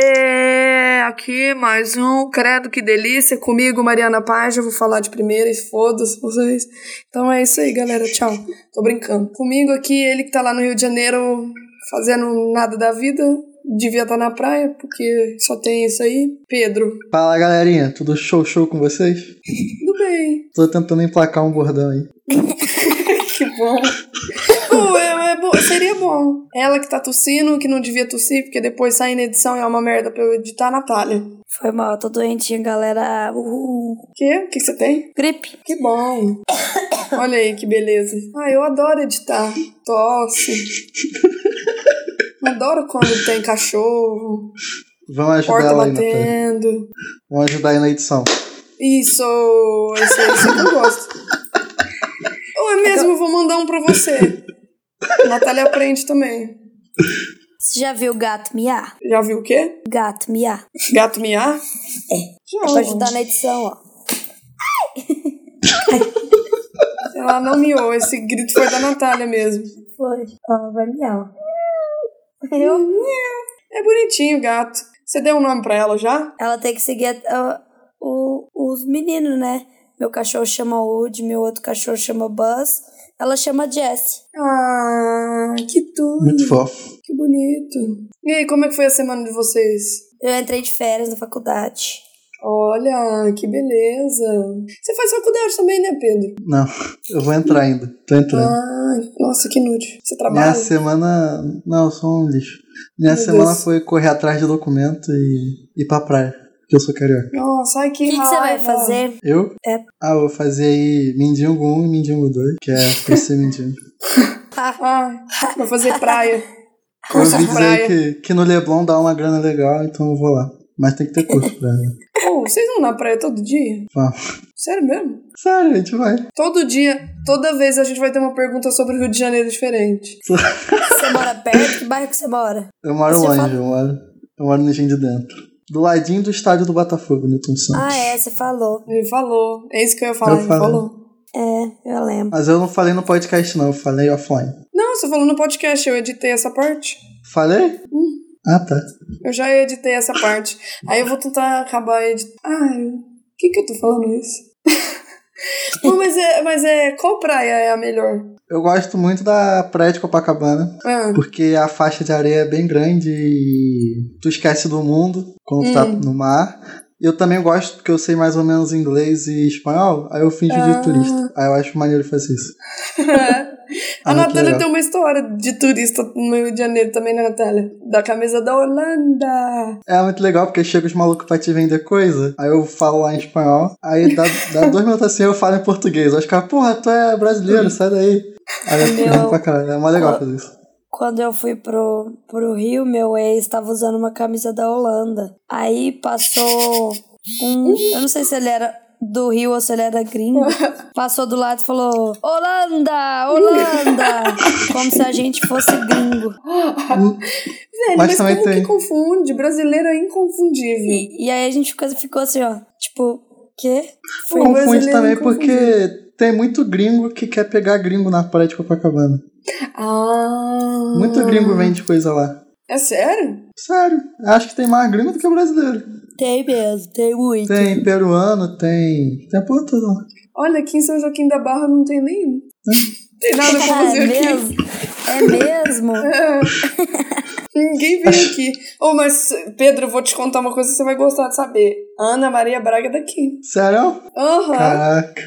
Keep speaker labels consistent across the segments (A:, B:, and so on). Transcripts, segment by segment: A: Oiê! Aqui mais um Credo Que Delícia comigo, Mariana Paz. Eu vou falar de primeira e foda-se vocês. Então é isso aí, galera. Tchau. Tô brincando. Comigo aqui, ele que tá lá no Rio de Janeiro fazendo nada da vida. Devia estar na praia, porque só tem isso aí. Pedro.
B: Fala galerinha, tudo show show com vocês?
A: Tudo bem.
B: Tô tentando emplacar um bordão aí.
A: Que bom. Pô, é- é bom- Seria bom. Ela que tá tossindo, que não devia tossir, porque depois sai na edição e é uma merda pra eu editar, Natália.
C: Foi mal, tô doentinha, galera. Uhul.
A: Quê? O que que você tem?
C: Gripe.
A: Que bom. Olha aí que beleza. Ah, eu adoro editar. Tosse. Adoro quando tem cachorro,
B: Vamos ajudar
A: porta
B: ela aí, Natália.
A: batendo.
B: Vamos ajudar aí na edição.
A: Isso, isso, é isso que eu gosto. Ou é mesmo, eu vou mandar um pra você. Natália aprende também.
C: Você já viu o gato miar?
A: Já viu o quê?
C: Gato miar.
A: Gato miar?
C: É
A: Já.
C: pra ajudar né? na edição, ó.
A: Ela não miou, esse grito foi da Natália mesmo.
C: Foi. Ó, vai miar, ó. Eu?
A: É bonitinho o gato. Você deu um nome pra ela já?
C: Ela tem que seguir a- a- o- os meninos, né? Meu cachorro chama Woody, meu outro cachorro chama Buzz. Ela chama Jesse.
A: Ah, que tudo.
B: Muito fofo.
A: Que bonito. E aí, como é que foi a semana de vocês?
C: Eu entrei de férias na faculdade.
A: Olha, que beleza. Você faz faculdade também, né, Pedro?
B: Não, eu vou entrar ainda. Tô
C: É.
B: entrando.
A: Ah, nossa, que inútil. Você
B: Minha
A: trabalha?
B: semana. Não, eu sou um lixo.
A: tá
B: Minha
A: Meu
B: semana
A: Deus.
B: foi correr atrás de documento e ir pra praia. Que eu sou carioca.
A: Nossa, ai, que
C: O que, que você vai
A: raiva.
C: fazer?
B: Eu?
C: É.
B: Ah, eu vou fazer aí Mindingo 1 e Mindingo 2, que é pra ser Mindingo.
A: Ah, vai fazer praia.
B: Eu
A: Curso
B: ouvi
A: de
B: dizer
A: praia.
B: que, que no Leblon dá uma grana legal, então eu vou lá. Mas tem que ter curso pra mim.
A: Pô, vocês vão na praia todo dia?
B: Vamos.
A: Sério mesmo?
B: Sério, a gente vai.
A: Todo dia, toda vez a gente vai ter uma pergunta sobre o Rio de Janeiro diferente.
C: Você mora perto? Que bairro que você mora?
B: Eu moro
C: Você
B: longe,
C: fala-
B: eu moro. Eu moro no Engenho de Dentro. Do ladinho do estádio do Botafogo, Newton Santos.
C: Ah, é, você falou.
A: Ele falou. É isso que eu ia falar,
B: Eu
A: ele
B: falei.
A: falou.
C: É, eu lembro.
B: Mas eu não falei no podcast, não, eu falei offline.
A: Não, você falou no podcast, eu editei essa parte.
B: Falei?
C: Hum.
B: Ah, tá.
A: Eu já editei essa parte. Aí eu vou tentar acabar editando. Ai, o que que eu tô falando isso? Não, mas é, mas é. Qual praia é a melhor?
B: Eu gosto muito da praia de Copacabana,
A: Ah,
B: porque a faixa de areia é bem grande e tu esquece do mundo quando tu tá
C: É.
A: Hum.
B: no mar. E eu também gosto porque eu sei mais ou menos inglês e espanhol, aí eu finjo
A: Ah.
B: de turista. Aí eu acho maneiro fazer isso.
A: a
B: Ah, que
A: Natália
B: legal.
A: tem uma história de turista no Rio de Janeiro também, né, Natália? Da camisa da Holanda.
B: É muito legal, porque chega os malucos pra te vender coisa, aí eu falo lá em espanhol, aí dá, dá dois minutos assim eu falo em português. Aí os caras, porra, tu é brasileiro, sai daí. Aí eu fico rindo pra caralho. É mó legal fazer isso.
C: Quando eu fui pro, pro Rio, meu ex tava usando uma camisa da Holanda. Aí passou um. Eu não sei se ele era do Rio ou se ele era gringo. Passou do lado e falou: Holanda! Holanda! Como se a gente fosse gringo.
A: Velho, mas,
B: Mas também
A: como
B: tem.
A: que confunde? Brasileiro é inconfundível.
C: E aí a gente ficou, ficou assim, ó. Tipo, quê? Foi
A: Como-
B: Confunde
A: brasileiro
B: também
A: me
B: porque tem muito gringo que quer pegar gringo na praia de Copacabana.
A: Ah.
B: Muito gringo vende coisa lá.
A: É sério?
B: Sério, acho que tem mais gringo do que brasileiro.
C: Tem mesmo, tem muito.
B: Tem peruano, tem. Tem a porra toda lá.
A: Olha, aqui em São Joaquim da Barra não tem nenhum. Tem nada pra
C: Ah,
A: fazer
C: é
A: aqui.
C: mesmo? É mesmo?
B: Ah,
A: Ninguém veio aqui. Oh, mas, Pedro, eu vou te contar uma coisa que você vai gostar de saber. Ana Maria Braga é daqui.
B: Sério?
A: Aham.
B: Caraca.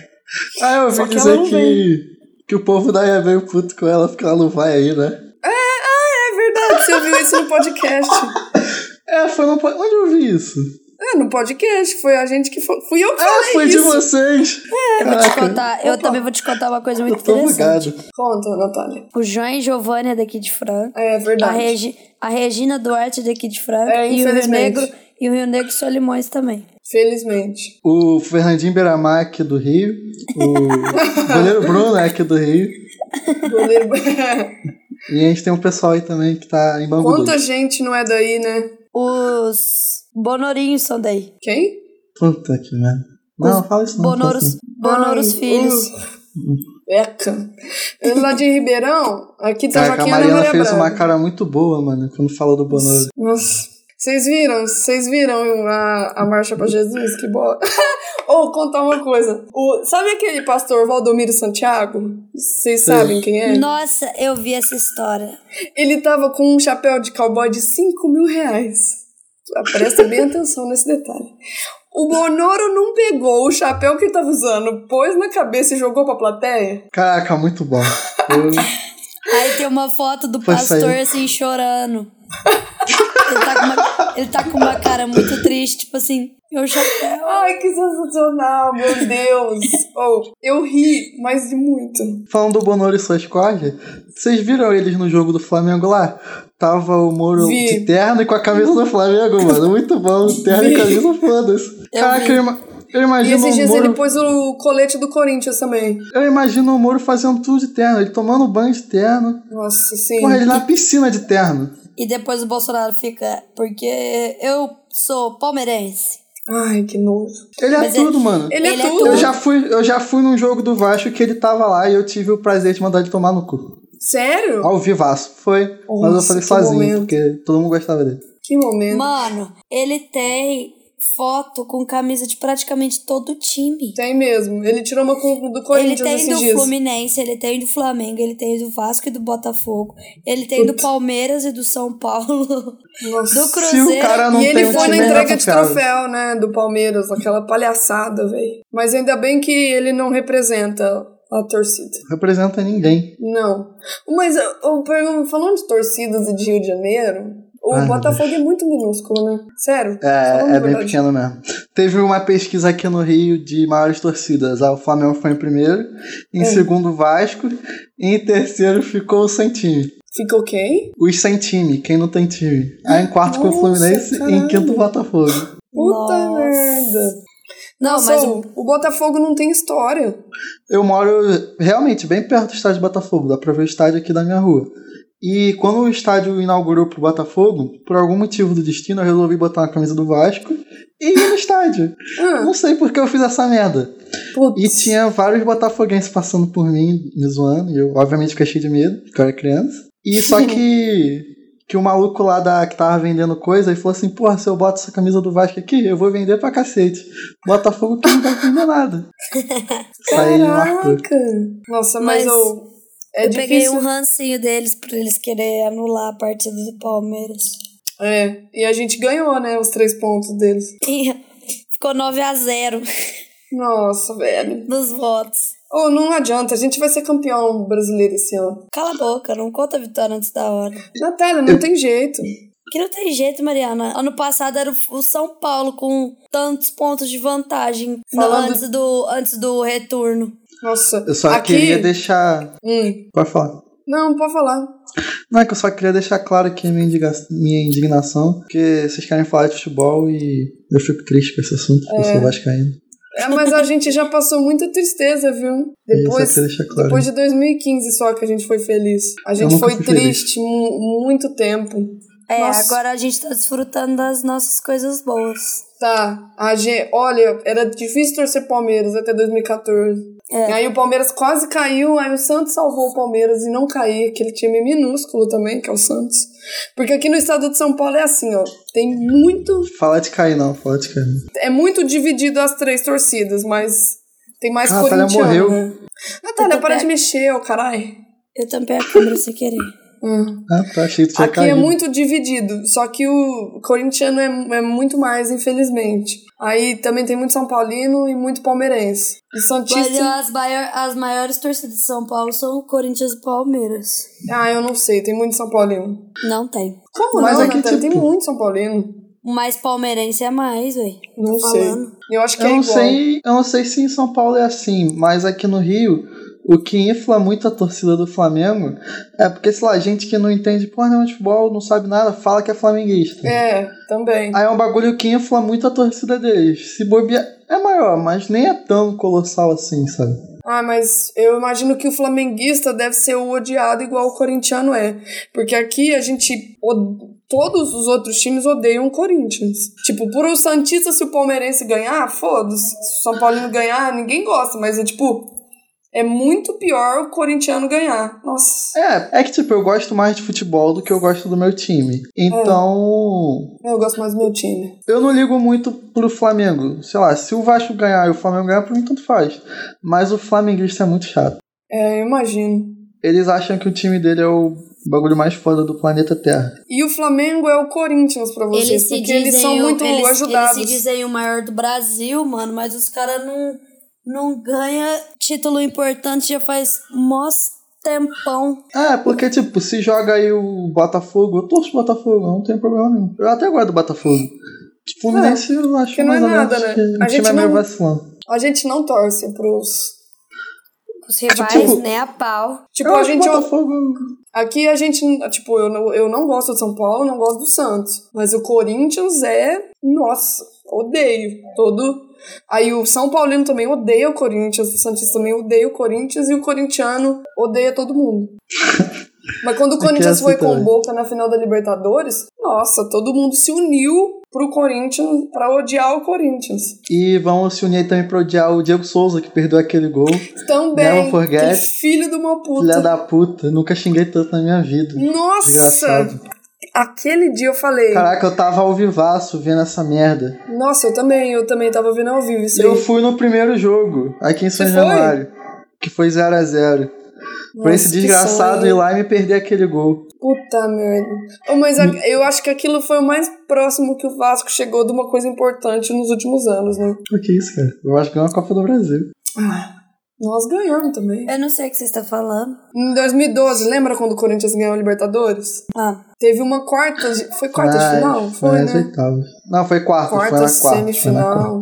B: Ah, eu
A: É. Só
B: ouvi
A: que
B: dizer
A: ela não
B: que, que, o povo daí é meio puto com ela, porque ela não vai aí, né?
A: É verdade, você ouviu isso no podcast.
B: É, foi no... po- Onde eu vi isso?
A: É, no podcast. Foi a gente que foi. Fui eu que
B: Ah,
A: falei
B: foi de
A: isso.
B: vocês!
C: Eu É, vou te contar, eu também vou te contar uma coisa muito
B: Eu tô
C: interessante.
B: bugado.
A: Conta, Natália.
C: O João e Giovanni é daqui de Franca.
A: É
C: A,
A: verdade.
C: Regi- a Regina Duarte daqui de Franca
A: É,
C: e o Rio
A: infelizmente.
C: Negro e o Rio Negro Solimões também.
A: Felizmente.
B: O Fernandinho Beiramar aqui do Rio. O goleiro Bruno é aqui do Rio.
A: Goleiro-
B: E a gente tem um pessoal aí também que tá em Bangu.
A: Quanta
B: dois.
A: gente não é daí, né?
C: Os Bonorinhos são daí.
A: Quem?
B: Puta que merda. Não, fala isso não. fala
C: Bonoros,
B: isso
C: Bonoros
A: Ai,
C: Filhos.
A: uh, Eca. Eu lá tá de Ribeirão, aqui
B: não.
A: de São
B: Caraca, a
A: Joaquim é Ana
B: Mariana
A: Maria
B: fez
A: Braga.
B: uma cara muito boa, mano, quando falou do Bonoro.
A: Nossa. Vocês viram? Vocês viram a, a Marcha para Jesus? Que bola. Ou contar uma coisa. O, sabe aquele pastor Valdomiro Santiago? Vocês sabem quem é?
C: Nossa, eu vi essa história.
A: Ele tava com um chapéu de cowboy de 5 mil reais. Presta bem atenção nesse detalhe. O Bonoro não pegou o chapéu que ele tava usando, pôs na cabeça e jogou pra plateia?
B: Caraca, muito bom. Eu-
C: Aí tem uma foto do
B: Foi
C: pastor
B: sair.
C: assim chorando. Ele tá, com uma, ele tá com uma cara muito triste, tipo assim, meu chapéu.
A: Ai, que sensacional, meu Deus. oh, eu ri, mas de muito.
B: Falando do Bonoro e sua escola, vocês viram eles no jogo do Flamengo lá? Tava o Moro
A: Vi.
B: de terno e com a camisa do Flamengo, mano. Muito bom. Terno e
A: Vi.
B: camisa, foda-se.
C: Eu
B: Caraca,
C: vi.
B: eu, ima- eu
A: E
B: imagino
A: esses
B: o
A: dias
B: Moro.
A: ele pôs o colete do Corinthians também.
B: Eu imagino o Moro fazendo tudo de terno, ele tomando banho de terno.
A: Nossa, sim.
B: Porra, ele na piscina de terno.
C: E depois o Bolsonaro fica, porque eu sou palmeirense.
A: Ai, que nojo.
B: Ele é
C: Mas
B: tudo,
C: ele-
B: mano.
A: Ele,
C: Ele
A: é
C: é
A: tudo.
B: Eu já, fui, eu já fui num jogo do Vasco que ele tava lá e eu tive o prazer de mandar ele tomar no cu.
A: Sério?
B: Ao vivaço, foi. Mas eu
A: Nossa,
B: falei
A: que
B: sozinho,
A: momento.
B: porque todo mundo gostava dele.
A: Que momento.
C: Mano, ele tem foto com camisa de praticamente todo o time.
A: Tem mesmo. Ele tirou uma com, do
C: Ele
A: Corinthians
C: tem do
A: esses dias.
C: Fluminense, ele tem do Flamengo, ele tem do Vasco e do Botafogo, ele tem do Palmeiras e do São Paulo.
A: Nossa.
C: Do
B: Se o
C: Cruzeiro.
B: cara não
A: e
B: tem
A: ele
B: um
A: foi
B: time,
A: na
B: ele é
A: entrega de
B: confiável.
A: troféu, né, do Palmeiras, aquela palhaçada, velho. Mas ainda bem que ele não representa a torcida.
B: Representa ninguém.
A: Não. Mas eu, eu pergunto, falando de torcidas e de Rio de Janeiro, o
B: Ai, meu
A: Botafogo é muito minúsculo, né? Sério? Falando
B: É, é
A: a
B: bem
A: verdade.
B: pequeno mesmo. Teve uma pesquisa aqui no Rio de maiores torcidas. Ah, O Flamengo foi em primeiro, em
A: É.
B: segundo o Vasco, e em terceiro ficou o sem time.
A: Ficou quem?
B: Os sem time, quem não tem time. Aí em quarto ficou o
A: Nossa,
B: Fluminense e em
A: caralho.
B: quinto o Botafogo.
A: Puta
C: Nossa.
A: merda.
C: Não,
A: Nossa,
C: mas o
A: o, o Botafogo não tem história.
B: Eu moro realmente bem perto do estádio do Botafogo, dá pra ver o estádio aqui da minha rua. E quando o estádio inaugurou pro Botafogo, por algum motivo do destino, eu resolvi botar uma camisa do Vasco e ir no estádio.
A: Ah,
B: Não sei por que eu fiz essa merda.
A: putz.
B: E tinha vários botafoguenses passando por mim, me zoando, e eu obviamente fiquei cheio de medo, porque eu era criança. E só que que o maluco lá da, que tava vendendo coisa, ele falou assim, porra, se eu boto essa camisa do Vasco aqui, eu vou vender pra cacete. Botafogo que não vai vender nada. Isso aí marcou.
A: Caraca. Nossa, mas,
C: Mas
A: eu... É
C: eu peguei
A: difícil.
C: um rancinho deles pra eles querer anular a partida do Palmeiras.
A: É, e a gente ganhou, né, os três pontos deles.
C: E ficou 9 a 0
A: Nossa, velho.
C: nos votos.
A: Oh, não adianta, a gente vai ser campeão brasileiro esse ano.
C: Cala a boca, não conta a vitória antes da hora.
A: Natália, não tem jeito.
C: Que não tem jeito, Mariana. Ano passado era o- o São Paulo com tantos pontos de vantagem no-
A: Falando-
C: antes, do, antes do retorno.
A: Nossa,
B: Eu só
A: aqui...
B: queria deixar...
A: Hum,
B: Pode falar.
A: não, pode falar.
B: Não, é que eu só queria deixar claro aqui a minha, indiga- minha indignação, porque vocês querem falar de futebol e eu fico triste com esse assunto, porque eu sou vascaíno.
A: É, mas a gente já passou muita tristeza, viu? Depois,
B: Isso, eu queria deixar claro.
A: depois de 2015 só que a gente foi feliz. A gente
B: nunca
A: foi
B: fui feliz.
A: triste mu- muito tempo.
C: É,
A: Nossa.
C: agora a gente tá desfrutando das nossas coisas boas.
A: Tá, a gente, olha, era difícil torcer Palmeiras até 2014.
C: É.
A: Aí o Palmeiras quase caiu, aí o Santos salvou o Palmeiras e não cair, aquele time minúsculo também, que é o Santos. Porque aqui no estado de São Paulo é assim, ó, tem muito,
B: Falar de cair não, falar de cair não.
A: é muito dividido as três torcidas, mas tem mais
B: A Natália
A: corintiano,
B: Ah, tá, morreu.
A: né? Natália, para de mexer, ô caralho.
C: Eu tampei a câmera sem querer.
A: Hum.
B: Ah, tá, achei que tu tinha
A: Aqui é
B: caído.
A: muito dividido, só que o corintiano é, é muito mais, infelizmente. Aí também tem muito São Paulino e muito palmeirense. E
C: Mas
A: Santista.
C: as, maior- as maiores torcidas de São Paulo são o Corinthians e o Palmeiras.
A: Ah, eu não sei, tem muito São Paulino.
C: Não tem.
A: Como
B: Mas
A: não,
B: é que,
A: Natália? Tem
B: tipo-
A: muito São Paulino.
C: Mas palmeirense é mais, ué.
A: Não
C: Tô
A: sei.
C: falando.
A: Eu acho que
B: Eu
A: é
B: não,
A: igual.
B: sei, eu não sei se em São Paulo é assim, mas aqui no Rio, o que infla muito a torcida do Flamengo é porque, sei lá, gente que não entende porra nenhuma de futebol, não sabe nada, fala que é flamenguista.
A: É, também.
B: Aí é um bagulho que infla muito a torcida deles. Se bobear, é maior, mas nem é tão colossal assim, sabe?
A: Ah, mas eu imagino que o flamenguista deve ser o odiado igual o corintiano é. Porque aqui a gente. o- Todos os outros times odeiam o Corinthians. Tipo, por o Santista, se o Palmeirense ganhar, foda-se. Se o São Paulino ganhar, ninguém gosta, mas é tipo. É muito pior o corintiano ganhar. Nossa.
B: É, é que tipo, eu gosto mais de futebol do que eu gosto do meu time.
A: É.
B: Então,
A: Eu gosto mais do meu time.
B: eu não ligo muito pro Flamengo. Sei lá, se o Vasco ganhar e o Flamengo ganhar, pra mim tanto faz. Mas o flamenguista é muito chato.
A: É, eu imagino.
B: Eles acham que o time dele é o bagulho mais foda do planeta Terra.
A: E o Flamengo é o Corinthians pra vocês,
C: Eles se
A: é porque
C: dizem,
A: eles são
C: o-
A: muito
C: eles,
A: ajudados.
C: Eles se dizem o maior do Brasil, mano, mas os caras não, não ganham título importante já faz mó tempão.
B: É, porque, tipo, se joga aí o Botafogo, eu torço o Botafogo, não tem problema nenhum. Eu até gosto do Botafogo. Tipo, O Fluminense eu acho
A: que não
B: mais
A: é
B: ou menos
A: nada, né?
B: que
A: A
B: o time
A: gente
B: é meio
A: não-
B: vacilão.
A: A gente não torce pros.
C: Os rivais,
A: É,
B: Tipo-
C: nem a pau.
A: Tipo,
B: eu
A: a
B: acho o
A: gente.
B: Botafogo...
A: Aqui a gente. Tipo, eu não, eu não gosto de São Paulo, não gosto do Santos. Mas o Corinthians é. Nossa, odeio. Todo. Aí o São Paulino também odeia o Corinthians, o Santista também odeia o Corinthians e o corintiano odeia todo mundo. Mas quando o
B: Aqui é
A: Corinthians
B: assim
A: foi com o
B: também.
A: Boca na final da Libertadores, nossa, todo mundo se uniu pro Corinthians pra odiar o Corinthians.
B: E vão se unir aí também pra odiar o Diego Souza, que perdeu aquele gol.
A: Também,
B: Never
A: que
B: forget.
A: filho de uma puta.
B: Filha da puta, nunca xinguei tanto na minha vida.
A: Nossa!
B: Desgraçado.
A: Aquele dia eu falei.
B: Caraca, eu tava ao vivaço vendo essa merda.
A: Nossa, eu também, eu também tava vendo ao vivo isso
B: Eu
A: aí.
B: fui no primeiro jogo, aqui em São
A: Você foi?
B: Januário, que foi 0x0. Pra esse
A: Nossa, que
B: desgraçado
A: sonho.
B: ir lá e me perder aquele gol.
A: Puta merda. Ô, Mas a- eu acho que aquilo foi o mais próximo que o Vasco chegou de uma coisa importante nos últimos anos, né?
B: Por que é isso, cara? Eu acho que ganhou a Copa do Brasil.
A: Ah, nós ganhamos também.
C: Eu não sei o que você está falando.
A: Em 2012, lembra quando o Corinthians ganhou a Libertadores?
C: Ah,
A: Teve uma quarta. de- Foi quarta de final? Foi,
B: foi
A: né?
B: nas oitavas. Não, foi quarta, foi
A: quarta,
B: na quarta. foi na quarta.
A: semifinal.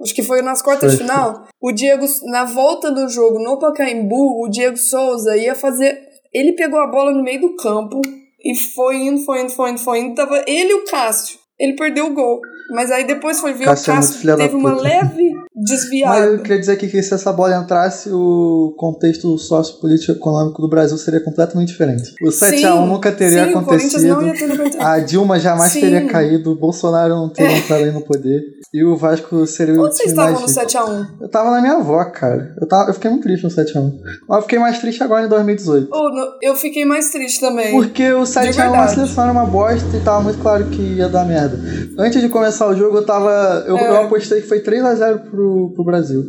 A: Acho que foi nas quartas de
B: Foi,
A: final. O Diego, na volta do jogo no Pacaembu, o Diego Souza ia fazer. Ele pegou a bola no meio do campo e foi indo, foi indo, foi indo, foi indo. Tava ele e o Cássio. Ele perdeu o gol. Mas aí depois foi ver o
B: Cássio é muito
A: Cássio
B: filha da
A: teve uma
B: puta.
A: leve
B: Mas
A: desviada.
B: eu queria dizer aqui que se essa bola entrasse, o contexto sociopolítico e econômico do Brasil seria completamente diferente. O
A: Sim,
B: 7x1 nunca teria
A: sim,
B: acontecido.
A: O Corinthians não ia ter Libertadores.
B: A Dilma jamais
A: Sim.
B: teria caído, o Bolsonaro não teria entrado aí no poder. E o Vasco seria o
A: Onde vocês
B: time
A: estavam
B: mais
A: no
B: rico.
A: 7x1?
B: Eu tava na minha avó, cara. Eu, tava, eu fiquei muito triste no 7x1. Mas eu fiquei mais triste agora em 2018.
A: Ou no- Eu fiquei mais triste também.
B: Porque o 7x1 a
A: verdade.
B: seleção era uma bosta e tava muito claro que ia dar merda. Antes de começar o jogo, eu tava. Eu,
A: É.
B: eu apostei que foi 3x0 pro, pro Brasil.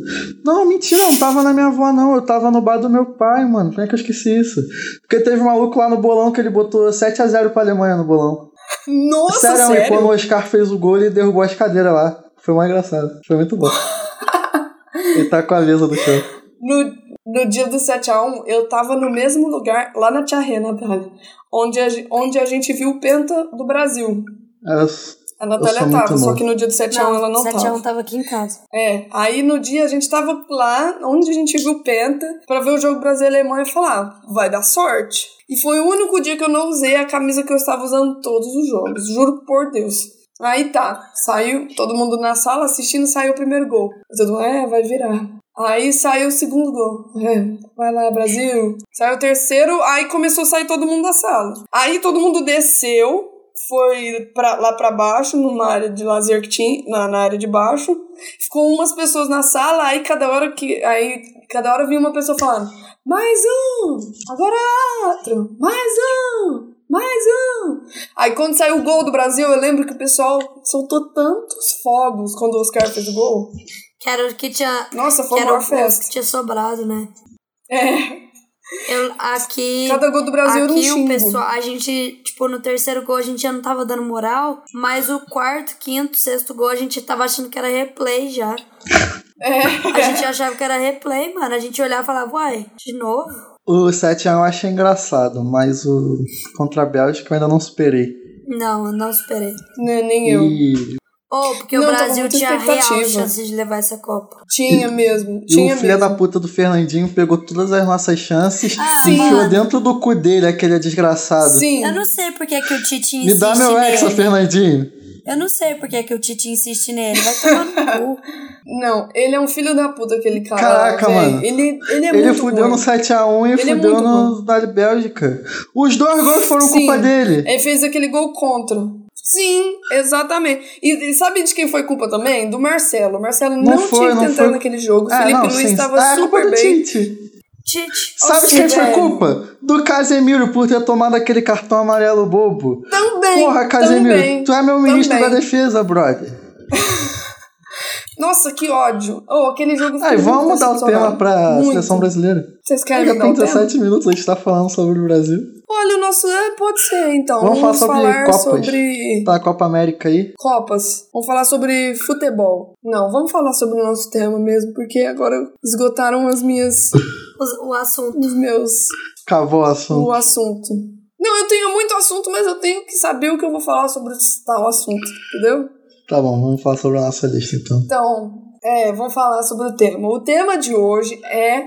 B: Não, mentira, eu não tava na minha avó, não. Eu tava no bar do meu pai, mano. Como é que eu esqueci isso? Porque teve um maluco lá no bolão que ele botou 7x0 pra Alemanha no bolão.
A: Nossa,
B: sério, é um
A: sério?
B: e quando o Oscar fez o gol, ele derrubou as cadeiras lá. Foi mais engraçado. Foi muito bom. ele tá com a mesa do chão.
A: No, no dia do 7x1, eu tava no mesmo lugar, lá na Tia Rê, Natália, onde a, ge- onde a gente viu o Penta do Brasil.
B: Eu-
A: A Natália
B: sou muito
A: tava, só
B: novo.
A: que no dia do 7x1 ela não
C: 7 a 1
A: tava.
C: tava aqui em casa.
A: É, aí no dia a gente tava lá, onde a gente viu o Penta, pra ver o jogo Brasil e Alemanha e falar, "Ah, vai dar sorte. E foi o único dia que eu não usei a camisa que eu estava usando todos os jogos, juro por Deus. Aí tá, saiu, todo mundo na sala assistindo, saiu o primeiro gol. Todo mundo, é, vai virar. Aí saiu o segundo gol. É, vai lá, Brasil. Saiu o terceiro, aí começou a sair todo mundo da sala. Aí todo mundo desceu, foi pra, lá pra baixo, numa área de lazer que tinha, na, na área de baixo. Ficou umas pessoas na sala, aí cada hora que. Aí cada hora vinha uma pessoa falando: mais um, agora outro, mais um, mais um. Aí quando saiu o gol do Brasil, eu lembro que o pessoal soltou tantos fogos quando o Oscar fez o gol.
C: Que era o que tinha.
A: Nossa,
C: Que
A: foi
C: era um
A: uma
C: o que
A: festa.
C: tinha sobrado, né?
A: É,
C: Eu, aqui.
A: cada gol do Brasil era um
C: Aqui o
A: xingo.
C: pessoal, a gente, tipo, no terceiro gol a gente já não tava dando moral, mas o quarto, quinto, sexto gol a gente tava achando que era replay já.
A: É.
C: A gente achava que era replay, mano. A gente olhava e falava, uai, de novo?
B: O 7x1 eu achei engraçado, mas o contra a Bélgica eu ainda não superei.
C: Não, eu não esperei.
A: Né, nem eu.
B: E,
C: Ou porque
A: Não,
C: o
A: tava
C: Brasil
A: muita
C: tinha real
A: expectativa.
C: chance de levar essa Copa.
A: Tinha mesmo,
B: e o
A: tinha
B: filho
A: mesmo.
B: da puta do Fernandinho pegou todas as nossas chances
C: Ah,
B: e enfiou
C: mano.
B: dentro do cu dele aquele desgraçado.
A: Sim.
C: Eu não sei porque que o Tite insiste
B: Me dá meu ex,
A: é
C: nele.
B: Fernandinho.
C: Eu não sei porque que o Tite insiste nele. Vai tomar no cu.
A: Não, ele é um filho da puta, aquele cara.
B: Caraca,
A: velho.
B: mano.
A: Ele, ele é
B: ele
A: muito
B: fudeu
A: ruim.
B: no 7x1 e
A: Ele é
B: fudeu
A: muito
B: no, na Bélgica. Os dois gols foram
A: Sim. É,
B: culpa dele.
A: Ele fez aquele gol contra. Sim, exatamente. E, e sabe de quem foi culpa também? Do Marcelo. O Marcelo não,
B: foi,
A: tinha que
B: não
A: tentar
B: foi.
A: naquele jogo. O
B: Ah,
A: Felipe
B: não,
A: Luiz
B: sim.
A: estava
B: Ah, é culpa
A: super
B: do
A: bem.
B: Tite.
C: Tite. é,
B: Sabe
A: é
B: de quem foi
A: tipo-
B: culpa? Do Casemiro por ter tomado aquele cartão amarelo bobo.
A: Também.
B: Porra, Casemiro,
A: também.
B: tu é meu ministro
A: também.
B: da defesa, brother.
A: Nossa, que ódio. Oh, aquele jogo foi
B: Aí, vamos
A: muito
B: mudar o
A: decepcional.
B: tema pra
A: Muito.
B: seleção brasileira.
A: Vocês querem
B: Já
A: mudar
B: tem
A: o tema?
B: 17 minutos, a gente tá falando sobre o Brasil.
A: Olha, o nosso. É, pode ser, então.
B: Vamos falar sobre Copas.
A: sobre
B: Tá a Copa América aí.
A: Copas. Vamos falar sobre futebol. Não, vamos falar sobre o nosso tema mesmo, porque agora esgotaram as minhas.
C: O, o assunto.
A: os meus.
B: Acabou o assunto.
A: o assunto. Não, eu tenho muito assunto, mas eu tenho que saber o que eu vou falar sobre tal assunto, entendeu?
B: Tá bom, vamos falar sobre a nossa lista então.
A: Então, é, vamos falar sobre o tema. O tema de hoje é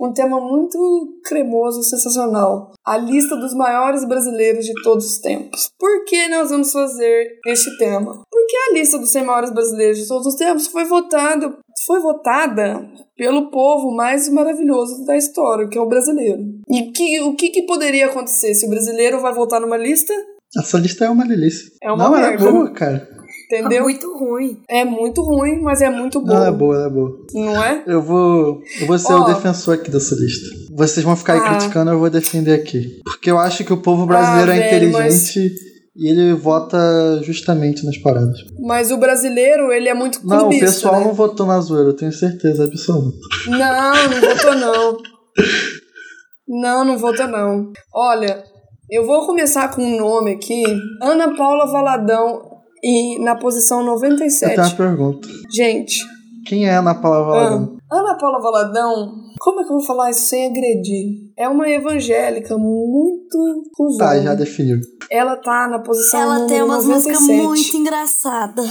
A: um tema muito cremoso, sensacional. A lista dos maiores brasileiros de todos os tempos. Por que nós vamos fazer este tema? Porque a lista dos 100 maiores brasileiros de todos os tempos foi votada, foi votada pelo povo mais maravilhoso da história, que é o brasileiro. E que, o que, que poderia acontecer se o brasileiro vai votar numa lista?
B: Essa lista é uma delícia.
A: É uma
B: Não,
A: merda.
B: ela é boa, cara.
A: Entendeu?
C: tá Muito ruim.
A: É muito ruim, mas é muito
B: Não,
A: bom.
B: ela é boa, ela é boa.
A: Não é?
B: Eu vou, eu vou ser
A: Ó.
B: o defensor aqui dessa lista. Vocês vão ficar aí
A: Ah.
B: criticando, eu vou defender aqui. Porque eu acho que o povo brasileiro
A: Ah,
B: é
A: velho,
B: inteligente e ele vota justamente nas paradas.
A: Mas o brasileiro, ele é muito clubista,
B: Não, o pessoal
A: né?
B: não votou na zoeira, eu tenho certeza absoluta.
A: Não, não votou não. Não, não votou não. Olha, eu vou começar com um nome aqui. Ana Paula Valadão e na posição
B: Eu tenho
A: 97.
B: uma pergunta.
A: Gente,
B: Quem é na palavra Valadão?
A: ah, Ana Paula Valadão, como é que eu vou falar isso sem agredir? É uma evangélica muito cuzona.
B: Tá, já definiu.
A: Ela tá na posição
C: Ela
A: número
C: tem umas
A: 97.
C: músicas muito engraçadas.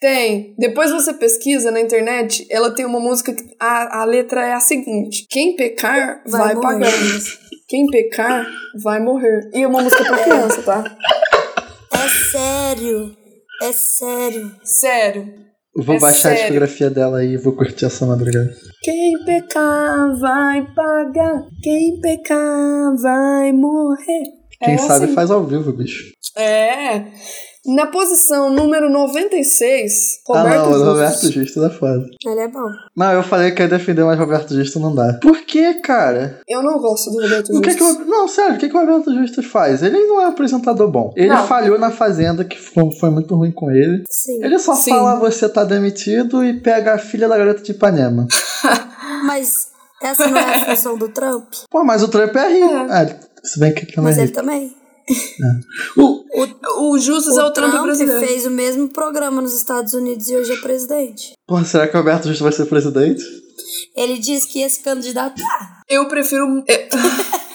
A: Tem. Depois você pesquisa na internet, ela tem uma música que a, a letra é a seguinte: Quem pecar vai,
C: Vai
A: pagar.
C: morrer.
A: Quem pecar vai morrer. E é uma música pra criança, tá?
C: É sério. É sério.
A: Sério.
B: Eu Vou
A: É
B: baixar
A: sério.
B: a discografia dela aí e vou curtir essa madrugada.
A: Quem pecar vai pagar. Quem pecar vai morrer.
B: Quem
A: é
B: sabe
A: assim.
B: faz ao vivo, bicho.
A: É. Na posição número 96,
B: ah,
A: Roberto
B: não, o
A: Justus.
B: Roberto Justo tá foda.
C: Ele é bom.
B: Não, eu falei que eu ia defender, mas Roberto Justo não dá. Por que, cara?
A: Eu não gosto do Roberto
B: O
A: Justus.
B: que que o- não, sério, o que, que o Roberto Justo faz? Ele não é um apresentador bom. Ele
A: Não.
B: falhou na Fazenda, que ficou- foi muito ruim com ele.
C: Sim.
B: Ele só
A: Sim.
B: fala você tá demitido e pega a filha da garota de Ipanema.
C: Mas essa não é a função do Trump?
B: Pô, mas o Trump é rico.
A: É.
B: Ah, se bem que ele também
C: Mas
B: é
C: ele
B: rico. Uh,
C: também.
B: O-
A: O Justus é o Trump, brasileiro.
C: fez o mesmo programa nos Estados Unidos e hoje é presidente.
B: Porra, será que o Roberto Justo vai ser presidente?
C: Ele disse que ia se candidatar.
A: Eu prefiro. é.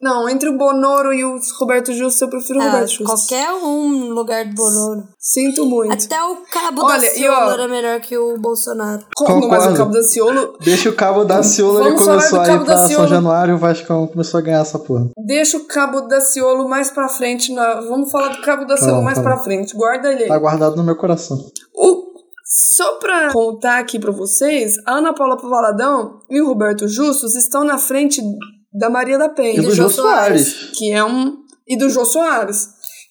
A: Não, entre o Bonoro e o Roberto Justo, eu prefiro o
C: Ah,
A: Roberto Justo.
C: qualquer um no lugar do Bonoro.
A: Sinto muito.
C: Até o Cabo
A: Olha,
C: da
A: e ó-
C: Ciolo era melhor que o Bolsonaro.
A: Como, mas o
B: Concordo.
A: Cabo Daciolo.
B: Deixa o Cabo da Ciolo, ele
A: Vamos falar
B: começou
A: do
B: a
A: Cabo
B: ir pra
A: Daciolo.
B: São Januário, o Vascão começou a ganhar essa porra.
A: Deixa o Cabo Daciolo mais pra frente. na- Vamos falar do Cabo Daciolo
B: Tá,
A: mais
B: tá.
A: pra frente. Guarda ele aí.
B: Tá guardado no meu coração.
A: O- Só pra contar aqui pra vocês, a Ana Paula Valadão e o Roberto Justus estão na frente da Maria da Penha.
B: E do Jô Soares.
A: que é um e do Jô Soares,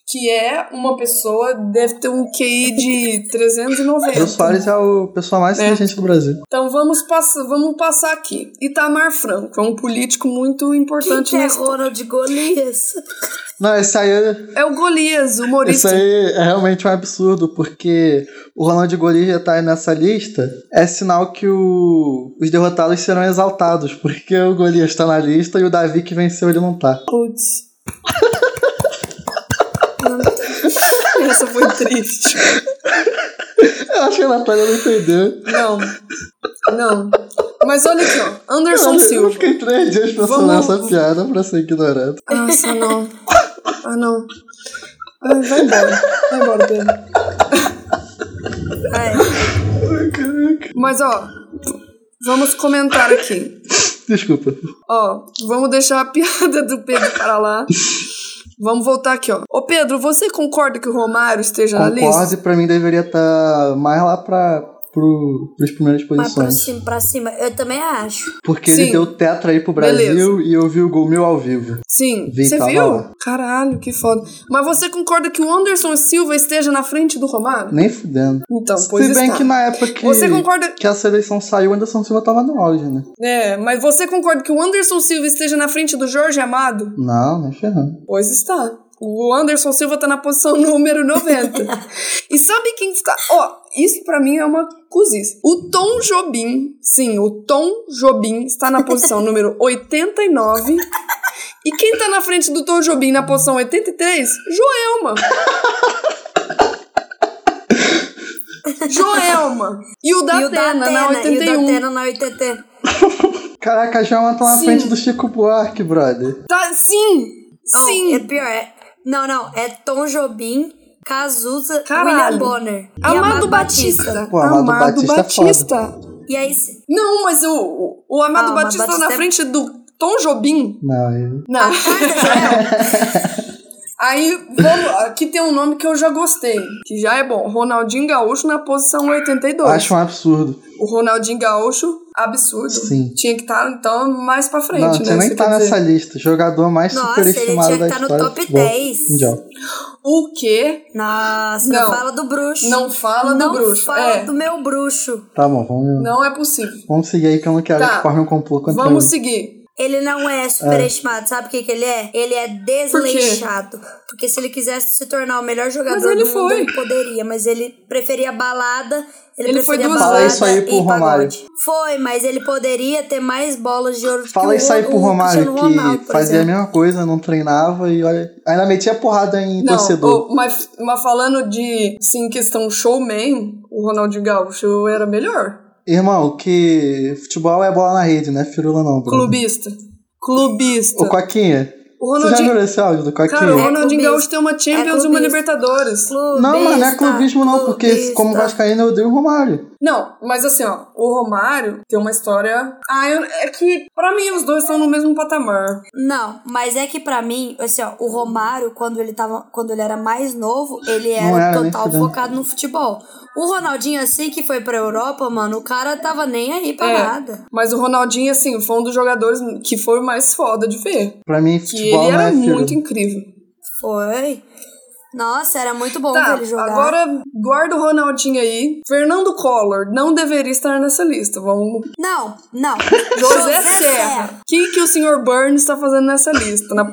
A: que é uma pessoa deve ter um QI de 390.
B: Jô Soares é o pessoal mais
A: É.
B: inteligente do Brasil.
A: Então vamos passar, vamos passar aqui. Itamar Franco é um político muito
C: Quem
A: importante
C: que é
A: nesse
C: Ronald Golias?
B: Não, esse aí,
A: é o Golias, o
B: esse
A: humorista.
B: aí é realmente um absurdo, porque o Ronald Golias já tá aí nessa lista. É sinal que o- os derrotados serão exaltados, porque o Golias tá na lista e o Davi que venceu ele não tá.
A: Putz. Essa foi triste.
B: Eu acho que a Natália não entendeu.
A: Não. Não. Mas olha aqui, ó. Anderson
B: Eu
A: Silva.
B: fiquei três dias pensando
A: Vamos-
B: nessa piada pra ser ignorado.
A: Nossa, não. Ah, não. Ah, vai embora. Vai embora, Pedro.
C: É,
B: Ai, caraca.
A: Mas, ó, vamos comentar aqui.
B: Desculpa.
A: Ó, vamos deixar a piada do Pedro para lá. Vamos voltar aqui, ó. Ô, Pedro, você concorda que o Romário esteja Tá na lista?
B: Concorde, pra mim deveria estar tá mais lá pra pro, pros primeiras
C: Mas pra
B: posições.
C: cima, pra cima, eu também acho.
B: Porque
A: Sim.
B: ele deu tetra aí pro Brasil e eu vi o gol meu ao vivo.
A: Sim,
B: Vi,
A: você
B: tava
A: viu?
B: lá.
A: Caralho, que foda. Mas você concorda que o Anderson Silva esteja na frente do Romário?
B: Nem fudendo.
A: Então, pois
B: Se bem
A: está.
B: que na época que,
A: Você concorda-
B: que a seleção saiu, o Anderson Silva tava no auge, né?
A: É, mas você concorda que o Anderson Silva esteja na frente do Jorge Amado?
B: Não, nem ferrando.
A: Pois está. O Anderson Silva tá na posição número 90. e sabe quem está? Ó, isso pra mim é uma cozice. O Tom Jobim, sim, o Tom Jobim está na posição número 89. E quem tá na frente do Tom Jobim na posição 83? Joelma. Joelma. E o da
C: e o da
A: Atena na
C: Atena, e o
A: 81.
C: da Atena na 81.
B: Caraca, a Joelma tá na
A: Sim.
B: frente do Chico Buarque, brother.
A: Tá, sim!
C: Oh,
A: sim!
C: É pior, é... Não, não, é Tom Jobim, Cazuza,
A: Caralho.
C: William Bonner e
A: Amado, Batista.
B: Pô, Amado Batista é foda.
C: E é aí, se-
A: Não, mas o, o- o Amado
C: Ah, o Amado
A: Batista, tá na
C: Batista é- Ah,
A: frente do Tom Jobim.
B: Não, eu...
A: Não.
C: é.
A: Aí, vamos, aqui tem um nome que eu já gostei, que já é bom. Ronaldinho Gaúcho na posição 82.
B: acho um absurdo.
A: O Ronaldinho Gaúcho, absurdo.
B: Sim.
A: Tinha que estar, então, mais pra frente,
B: não,
A: né?
B: tinha nem
A: Você
B: que tá
A: quer dizer.
B: nessa lista. Jogador mais
C: Nossa,
B: superestimado
C: ele tinha
B: da
C: que tá no
B: história. do
C: top
B: futebol
C: 10.
B: mundial.
A: O quê?
C: nossa, não.
A: Não.
C: fala do bruxo.
A: Não fala
C: Não
A: do bruxo.
C: fala
A: é.
C: do meu bruxo.
B: Tá bom, vamos,
A: Não é possível.
B: vamos seguir aí que eu não quero
A: Tá.
B: que forme um complô contra
A: Vamos
B: mim.
A: seguir.
C: Ele não é superestimado, sabe o que, que ele é? Ele é desleixado. Porque se ele quisesse se tornar o melhor jogador
A: ele
C: do mundo,
A: foi.
C: ele poderia, mas ele preferia balada. Ele,
A: Ele foi
C: preferia
A: duas
C: balada
A: vezes.
B: Fala isso aí pro
C: e
B: Romário.
C: pagode. Foi, mas ele poderia ter mais bolas de ouro
B: Fala
C: que
B: isso aí
C: o,
B: pro
C: o
B: Romário,
C: Cristiano Ronaldo, é.
B: que
C: por
B: fazia a
C: exemplo.
B: mesma coisa, não treinava e olha. Ainda metia porrada em
A: Não,
B: torcedor.
A: ô, mas, mas falando de, assim, questão showman, o Ronaldinho Gaúcho era melhor.
B: Irmão, que futebol é bola na rede, né? Firula não. brother.
A: Clubista. Clubista.
B: Ô, Coquinha.
A: O
B: Você já
A: Ronaldinho...
B: virou esse áudio do Coquinha?
A: Cara, o
C: É
A: Ronaldinho
C: clubista.
A: Gaúcho tem uma Champions
C: É
A: e uma
C: clubista.
A: Libertadores.
B: não, mas não é
C: Clubista,
B: clubismo não, porque
C: clubista.
B: como vascaíno eu odeio o Romário.
A: Não, mas assim, ó, o Romário tem uma história... Ah, eu- é que pra mim os dois estão no mesmo patamar.
C: Não, mas é que pra mim, assim, ó, o Romário, quando ele, tava, quando ele era mais novo, ele
B: Não
C: era,
B: era, nem
C: total
B: fudendo.
C: focado no futebol. O Ronaldinho, assim que foi pra Europa, mano, o cara tava nem aí pra
A: É.
C: nada.
A: Mas o Ronaldinho, assim, foi um dos jogadores que foi o mais foda de ver.
B: Pra mim,
A: Que
B: futebol
A: ele
B: não
A: era
B: é firula.
A: muito incrível.
C: Foi. Nossa, era muito bom ver
A: Tá,
C: ele jogar.
A: agora guarda o Ronaldinho aí. Fernando Collor não deveria estar nessa lista. Vamos.
C: Não, não.
B: é
A: José
C: é
A: Serra. O que, que o senhor Burns está fazendo nessa lista? Na,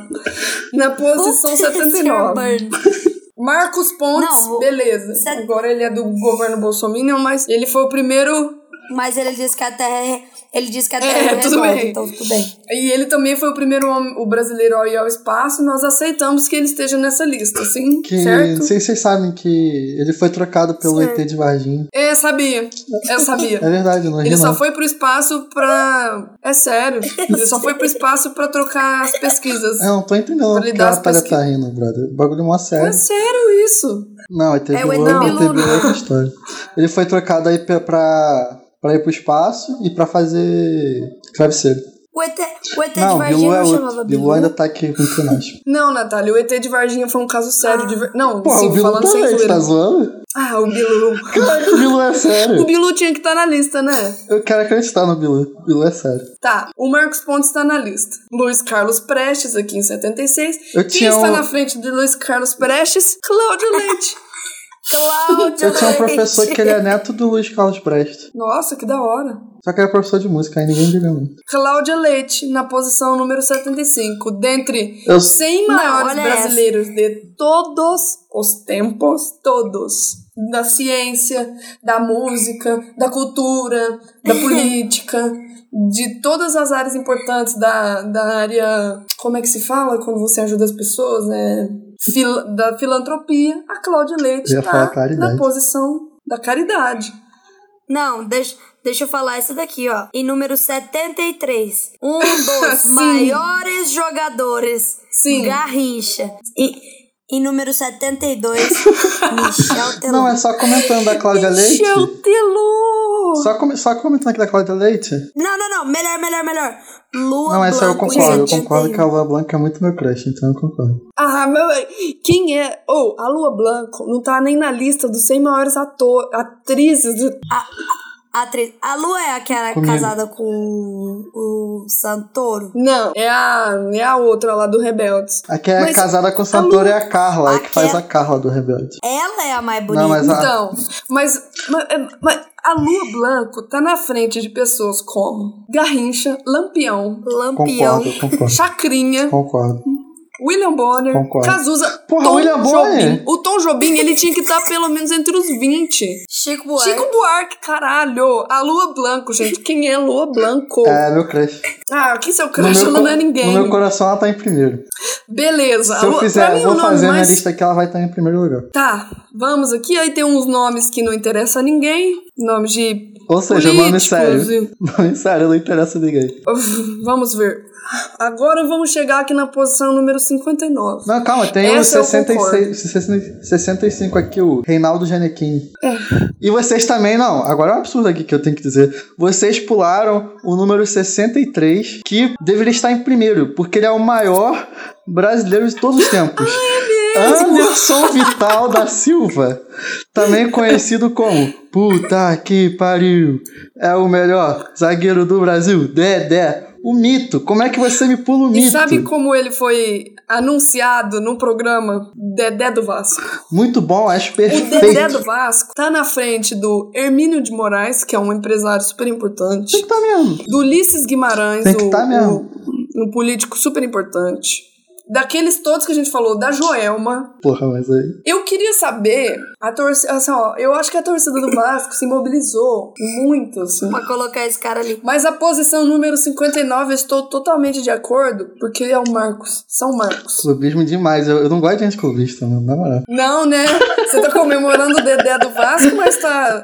A: na posição
C: Puta, Sr.
A: 79.
C: Burns.
A: Marcos Pontes,
C: Não, o-
A: beleza.
C: Set-
A: Agora ele é do governo Bolsonaro, mas ele foi o primeiro.
C: Mas ele disse que até. Ele disse que até.
A: É,
C: ele
A: tudo
C: resolve,
A: bem.
C: Então tudo bem.
A: E ele também foi o primeiro homem, o brasileiro a ir ao espaço. Nós aceitamos que ele esteja nessa lista, sim?
B: Que,
A: certo?
B: não sei se vocês sabem que ele foi trocado pelo ET de Varginha.
A: É, sabia. Eu sabia.
B: É verdade, não é
A: Ele só
B: não.
A: foi pro espaço pra. É sério. Ele só foi pro espaço pra trocar as pesquisas.
B: É, Eu não tô entendendo
A: Pra
B: porque
A: lidar
B: a
A: as
B: Natália
A: pesquisas.
B: tá rindo, brother. O bagulho é mó
A: É
B: sério.
A: sério isso.
B: Não, ele teve,
C: É o
B: outra,
A: Edu
B: teve
C: Luna.
B: outra história. Ele foi trocado aí pra, pra, pra ir pro espaço e pra fazer travesseiro.
C: O ET, o ET de
B: não,
C: Varginha
B: Bilu é
C: não
B: outro.
C: chamava
B: Bilu ainda tá aqui entre nós.
A: Não, Natália, o ET de Varginha foi um caso sério de ver... Não,
B: Ah. Porra,
A: sim,
B: o Bilu
A: falando sem
B: também,
A: zoeira.
B: tá zoando?
A: Ah, o Bilu.
B: Caraca, o Bilu é
A: O
B: sério.
A: Bilu tinha que estar na lista, né?
B: Eu quero acreditar no Bilu. O Bilu é sério.
A: Tá, o Marcos Pontes tá na lista. Luiz Carlos Prestes, aqui em 76.
B: Eu
A: Quem
B: tinha
A: está
B: um-
A: na frente de Luiz Carlos Prestes? Cláudio Leite.
C: Cláudio
B: Eu tinha um
C: Leite.
B: professor que ele é neto do Luiz Carlos Prestes.
A: Nossa, que da hora.
B: Só que ele é professor de música, aí ninguém diga muito.
A: Cláudia Leite, na posição número 75, dentre
B: Eu-
A: 100
C: Não,
A: maiores
C: olha
A: brasileiros de todos os tempos, todos. Da ciência, da música, da cultura, da política, de todas as áreas importantes da, da área. Como é que se fala quando você ajuda as pessoas? Né? Fil- da filantropia, a Cláudia Leite
B: Eu ia falar
A: está
B: caridade.
A: na posição da caridade.
C: Não, deixa, deixa eu falar esse daqui, ó. Em número 73. Um dos
A: Sim.
C: maiores jogadores.
A: Sim.
C: Garrincha. E, Em número 72, Michel Teló.
B: Não, é só comentando da Cláudia Leite.
C: Michel Teló!
B: Só, come- só comentando aqui da Cláudia Leite.
C: Não, não, não. Melhor, melhor, melhor. Lua
B: Não, essa eu
C: Blanco em
B: concordo. Eu
C: 71.
B: concordo que a Lua Blanca é muito meu crush, então eu concordo.
A: Ah, meu. Quem é? Ou a Lua Blanco não tá nem na lista dos 100 maiores ator, atrizes de.
C: A atriz. A Lua é aquela
B: Comigo.
C: casada com o, o Santoro.
A: Não, é a, é a outra lá do Rebeldes.
B: A que é
A: Mas
B: casada com o Santoro é a Carla, a que
C: Aquela-
B: faz a Carla do Rebelde.
C: Ela é a mais bonita.
B: Não, mas a-
A: Então, mas, mas, mas a Lua Blanco tá na frente de pessoas como Garrincha, Lampião,
C: Lampião.
B: Concordo, concordo.
A: Chacrinha,
B: Concordo.
A: William Bonner,
B: Concordo.
A: Cazuza,
B: Porra,
A: Tom
B: William Bonner.
A: Jobim. O Tom Jobim, ele tinha que estar pelo menos entre os 20.
C: Chico Buarque.
A: Chico Buarque, caralho. A Lua Blanco, gente. Quem é a Lua Blanco?
B: É, meu crush.
A: Ah, que seu
B: No
A: crush
B: meu
A: ela
B: co-
A: não é ninguém.
B: No meu coração ela tá em primeiro.
A: Beleza. a
B: Se eu
A: Lua- pra
B: fizer,
A: mim,
B: vou
A: o nome
B: fazer a minha
A: mais...
B: lista aqui, ela vai estar em primeiro lugar.
A: Tá, vamos aqui. Aí tem uns nomes que não interessam a ninguém. Nomes de.
B: Ou seja, nome
A: políticos
B: sério.
A: e-
B: Nome sério, não interessa a ninguém.
A: Uf, Vamos ver. Agora vamos chegar aqui na posição número 59.
B: Não, calma, tem o
A: Essa eu
B: 66, 60 65 aqui, o Reinaldo Janequim.
A: É.
B: E vocês também, não, agora é um absurdo aqui que eu tenho que dizer. Vocês pularam o número 63, que deveria estar em primeiro, porque ele é o maior brasileiro de todos os tempos. Anderson Vital da Silva, também conhecido como Puta que pariu, é o melhor zagueiro do Brasil, Dedé, o mito. Como é que você me pula o
A: E
B: mito?
A: sabe como ele foi anunciado no programa Dedé do Vasco?
B: Muito bom, acho
A: O
B: perfeito.
A: Dedé do Vasco tá na frente do Hermínio de Moraes, que é um empresário super importante,
B: Tem que tá mesmo.
A: do Ulisses Guimarães,
B: Tem que
A: o-
B: tá mesmo.
A: o- um político super importante, daqueles todos que a gente falou, da Joelma.
B: Porra, mas aí.
A: Eu queria saber, a torcida, assim, ó, eu acho que a torcida do Vasco se mobilizou muito, assim.
C: Pra colocar esse cara ali.
A: Mas a posição número 59 eu estou totalmente de acordo, porque é o Marcos, São Marcos.
B: Clubismo demais. Eu, eu não gosto de gente clubista, mano. Na moral.
A: Não, né? Você tá comemorando o Dedé do Vasco, mas tá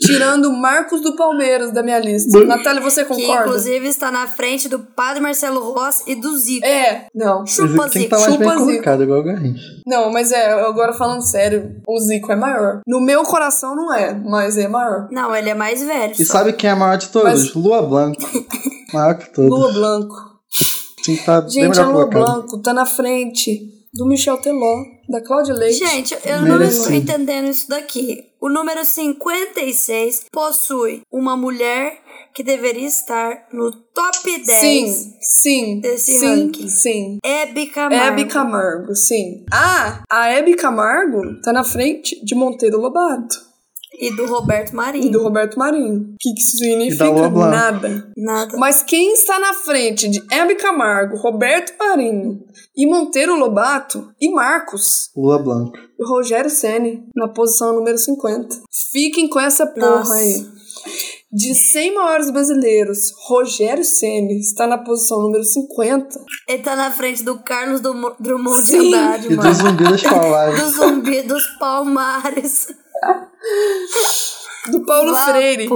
A: tirando o Marcos do Palmeiras da minha lista. Natália, você
C: Que
A: concorda?
C: inclusive está na frente do Padre Marcelo Ross e do Zico.
A: É, não. chu-
C: Chupa,
B: Mas Tem que
C: Zico.
B: tá mais bem
A: chupa, Zico.
B: colocado, igual o Garrincha.
A: Não, mas é, agora falando sério, o Zico é maior. No meu coração não é, mas é maior.
C: Não, ele é mais velho.
B: E
C: só.
B: sabe quem é a maior de todos? Lua Blanco. maior que todos.
A: Lua Blanco.
B: Tinha que estar bem
A: Gente, a
B: melhor
A: Lua
B: colocado.
A: Blanco tá na frente do Michel Teló, da Cláudia Leite.
C: Gente, eu não
B: Merecido.
C: estou entendendo isso daqui. O número 56 possui uma mulher que deveria estar no top 10.
A: sim, sim,
C: desse
A: sim,
C: ranking.
A: sim.
C: Hebe Camargo.
A: Hebe Camargo, sim. Ah, a Hebe Camargo tá na frente de Monteiro Lobato
C: E do Roberto
A: e
C: Marinho.
A: do Roberto Marinho. O que, que isso significa?
B: E da Lua Blanc.
A: Nada.
C: Nada.
A: Mas quem está na frente de Hebe Camargo, Roberto Marinho e Monteiro Lobato e Marcos,
B: Lua Blanco.
A: o Rogério Ceni na posição número 50. Fiquem com essa porra
C: Nossa.
A: aí. De 100 maiores brasileiros, Rogério Ceni está na posição número 50.
C: Ele tá na frente do Carlos Dum- Drummond
A: Sim.
C: de Andrade,
B: E do
C: mano.
B: zumbi das palavras.
C: Do zumbi dos palmares.
A: Do Paulo
C: Vapo,
A: Freire.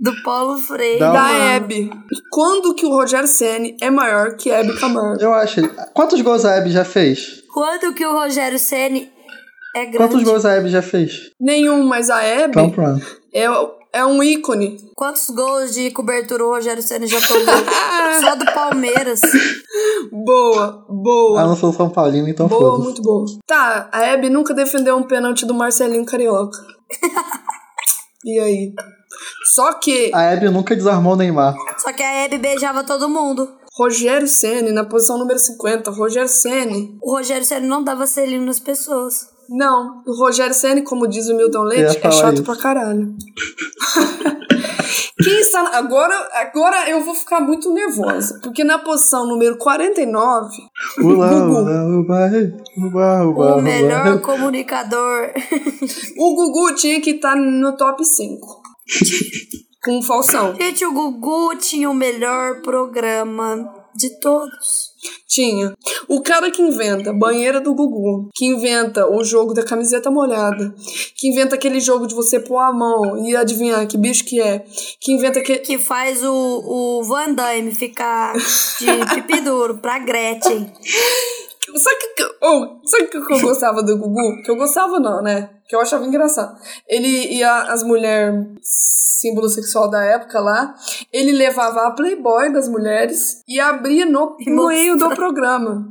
C: Do Paulo Freire.
B: Da
A: Da
C: mano.
A: Hebe. Quando que o Rogério Ceni é maior que Hebe Camargo?
B: Eu acho. Quantos gols a Hebe já fez?
C: Quanto que o Rogério Ceni é grande?
B: Quantos gols a Hebe já fez?
A: Nenhum, mas a Hebe
B: Então pronto.
A: é, é um ícone.
C: Quantos gols de cobertura o Rogério Ceni já tomou? Só do Palmeiras.
A: Boa,
B: Ah,
A: boa.
B: não sou São Paulino, então
A: Boa,
B: foda-se.
A: muito boa. Tá, a Hebe nunca defendeu um pênalti do Marcelinho Carioca. E aí? Só que
B: A Hebe nunca desarmou o Neymar.
C: Só que a Hebe beijava todo mundo.
A: Rogério Ceni na posição número 50. Rogério Ceni.
C: O Rogério Ceni não dava selinho nas pessoas.
A: Não, o Rogério Ceni, como diz o Milton
B: Eu ia
A: Leite, é
B: falar
A: chato
B: isso.
A: pra caralho. Quem está na- agora, agora eu vou ficar muito nervosa, porque na posição número 49,
B: Ula,
A: Gugu.
B: ula, uba, uba, uba,
C: O
B: uba.
C: melhor comunicador.
A: o Gugu tinha que estar no top 5. Com o Falsão.
C: Gente, o Gugu tinha o melhor programa de todos.
A: Tinha. O cara que inventa a banheira do Gugu, que inventa o jogo da camiseta molhada, que inventa aquele jogo de você pôr a mão e adivinhar que bicho que é, que inventa que.
C: Que faz o, o Van Damme ficar de pipi duro pra Gretchen.
A: Sabe que, oh, sabe que eu gostava do Gugu? Que eu gostava não, né? Que eu achava engraçado. Ele ia as mulheres, símbolo sexual da época lá, ele levava a Playboy das mulheres e abria no, no meio do programa.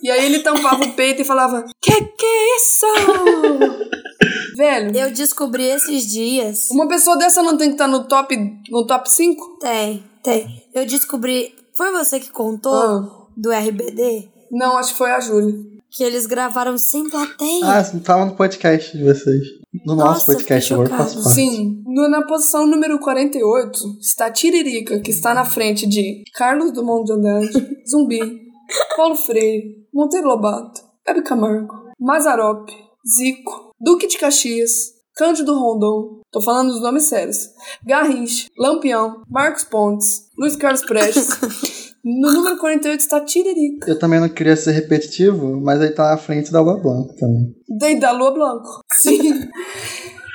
A: E aí ele tampava o peito e falava, que que é isso? Velho,
C: Eu descobri esses dias.
A: uma pessoa dessa não tem que estar no top, no top 5?
C: Tem, tem. Eu descobri. Foi você que contou
A: Ah.
C: do RBD?
A: Não, acho que foi a Júlia.
C: Que eles gravaram sem plateia.
B: Ah, tava no podcast de vocês. No nosso
C: Nossa,
B: podcast,
C: fiquei
B: agora eu faço
C: chocada.
B: parte.
A: Sim, no- na posição número 48 está Tiririca, que está na frente de Carlos Dumont de Andrade, Zumbi, Paulo Freire, Monteiro Lobato, Hebe Camargo, Mazarop, Zico, Duque de Caxias, Cândido Rondon, tô falando os nomes sérios, Garrincha, Lampião, Marcos Pontes, Luiz Carlos Prestes. No número 48 está Tiririca,
B: Eu também não queria ser repetitivo, mas aí tá na frente da Blá Blá também.
A: Dei da Lua Blanco. Sim.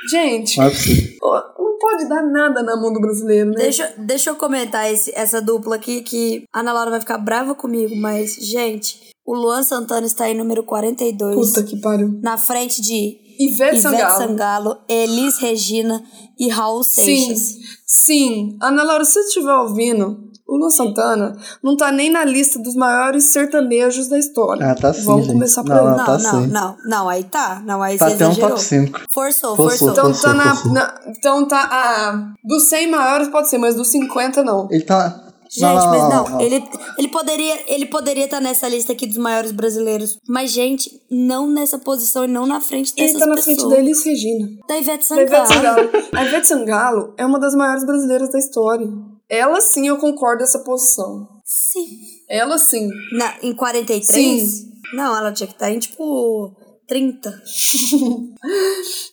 A: Gente,
B: Não é possível.
A: não pode dar nada na mão do brasileiro, né?
C: Deixa, deixa eu comentar esse, essa dupla aqui que a Ana Laura vai ficar brava comigo, mas, gente, o Luan Santana está em número 42.
A: Puta que pariu.
C: Na frente de
A: Ivete,
C: Ivete
A: Sangalo.
C: Sangalo. Elis Regina e Raul
A: Sim,
C: Seixas.
A: sim. Ana Laura, se você estiver ouvindo, o Lu Santana não tá nem na lista dos maiores sertanejos da história.
B: Ah, tá sim,
A: Vamos
B: gente.
A: começar por
B: Não,
A: aí.
B: não,
C: Não,
B: tá
C: não,
B: sim.
C: não, não, aí tá. Não, aí
B: Tá
C: você
B: até um
C: exagerou.
B: top 5.
C: Forçou,
B: Forçou.
C: forçou.
A: Então
B: Forçou,
A: tá na,
B: forçou.
A: na- Então tá. Ah, dos 100 maiores pode ser, mas dos 50 não.
B: Ele tá.
C: Gente, mas não,
B: Ele...
C: Ele, ele poderia ele poderia estar nessa lista aqui dos maiores brasileiros. Mas, gente, não nessa posição e não na frente dessas
A: Ele tá na
C: pessoas.
A: frente da Elis Regina.
C: Da Ivete
A: Da
C: Sangalo.
A: Ivete Sangalo. A Ivete Sangalo é uma das maiores brasileiras da história. Ela sim, eu concordo essa posição.
C: Sim.
A: Ela sim.
C: Na, em 43?
A: Sim.
C: Não, ela tinha que estar em, tipo, 30.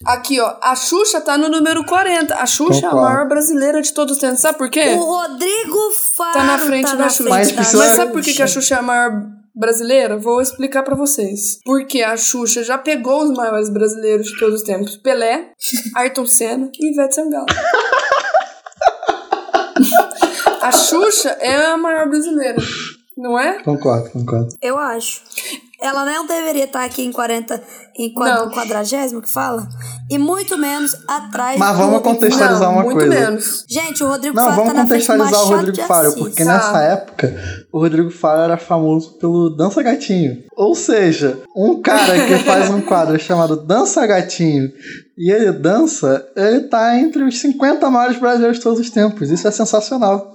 A: Aqui, ó. A Xuxa tá no número 40. A Xuxa é a
B: Concordo.
A: maior brasileira de todos os tempos. Sabe por quê?
C: O Rodrigo Faro
A: É. Tá na frente
C: tá
A: da
C: na
A: Xuxa.
C: frente
B: Mas
C: da
B: precisa-
A: Mas
C: Xuxa.
A: sabe por que, que a Xuxa é a maior brasileira? Vou explicar pra vocês. Porque a Xuxa já pegou os maiores brasileiros de todos os tempos: Pelé, Ayrton Senna e Ivete Sangalo. a Xuxa é a maior brasileira, não é?
B: Concordo, concordo.
C: Eu acho. Ela não deveria estar aqui em 40, em
A: Não.
C: 40, 40 que fala? E muito menos atrás
B: Mas
C: do
B: vamos
C: Rodrigo
B: contextualizar.
C: Faro.
A: não,
B: uma
A: muito
B: coisa.
A: menos.
C: Gente, o Rodrigo
B: Não,
C: Faro
B: vamos
C: tá na frente do
B: contextualizar o
C: Machado
B: Rodrigo
C: de
B: Faro,
C: Assis.
B: porque nessa
A: Ah.
B: época o Rodrigo Faro era famoso pelo Dança Gatinho. Ou seja, um cara que faz um quadro chamado Dança Gatinho e ele dança, ele tá entre os 50 maiores brasileiros de todos os tempos. Isso é sensacional.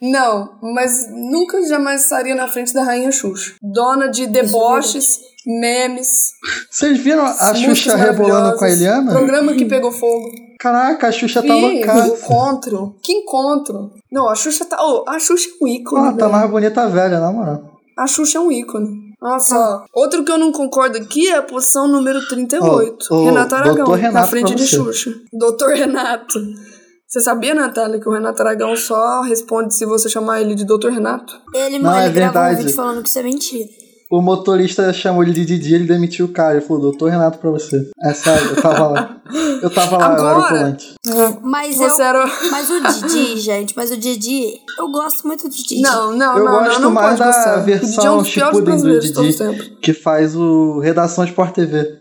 A: Não, mas nunca jamais estaria na frente da Rainha Xuxa. Dona de deboches, memes,
B: Vocês viram a
A: músicas
B: Xuxa rebolando com a
A: maravilhosas,
B: Eliana?
A: Programa que pegou fogo.
B: Caraca, a Xuxa tá
A: Ih, que
B: louca.
A: encontro! Que encontro! Não, a Xuxa tá. Ô, a Xuxa é um ícone.
B: Ah, tá
A: velho.
B: mais bonita a velha, na moral.
A: A Xuxa é um ícone. Nossa,
B: Ah.
A: ó. Outro que eu não concordo aqui é a posição número 38.
B: Ô, ô,
A: Renato Aragão,
B: doutor
A: na
B: Renato
A: frente
B: pra
A: de
B: você.
A: Xuxa. Doutor Renato. Você sabia, Natália, que o Renato Aragão só responde se você chamar ele de Doutor Renato?
C: Ele,
B: Não,
C: mano,
B: é
C: ele gravou um
B: verdade.
C: vídeo falando que isso é mentira.
B: O motorista chamou ele de Didi, ele demitiu o cara. Ele falou, doutor Renato pra você. É sério, eu tava lá. Eu tava lá, eu era o
A: Agora?
B: volante.
C: Mas
A: Você
C: eu.
A: era.
C: Mas o Didi, gente, mas o Didi. Eu gosto muito do Didi.
A: Não, não,
B: Eu
A: não,
B: gosto
A: não, não pode
B: mais da
A: gostar. O
B: versão
A: Didi é um dos piores
B: Shippuden do
A: brasileiros de todos os
B: Didi.
A: tempos.
B: Que faz o Redação Sport TV.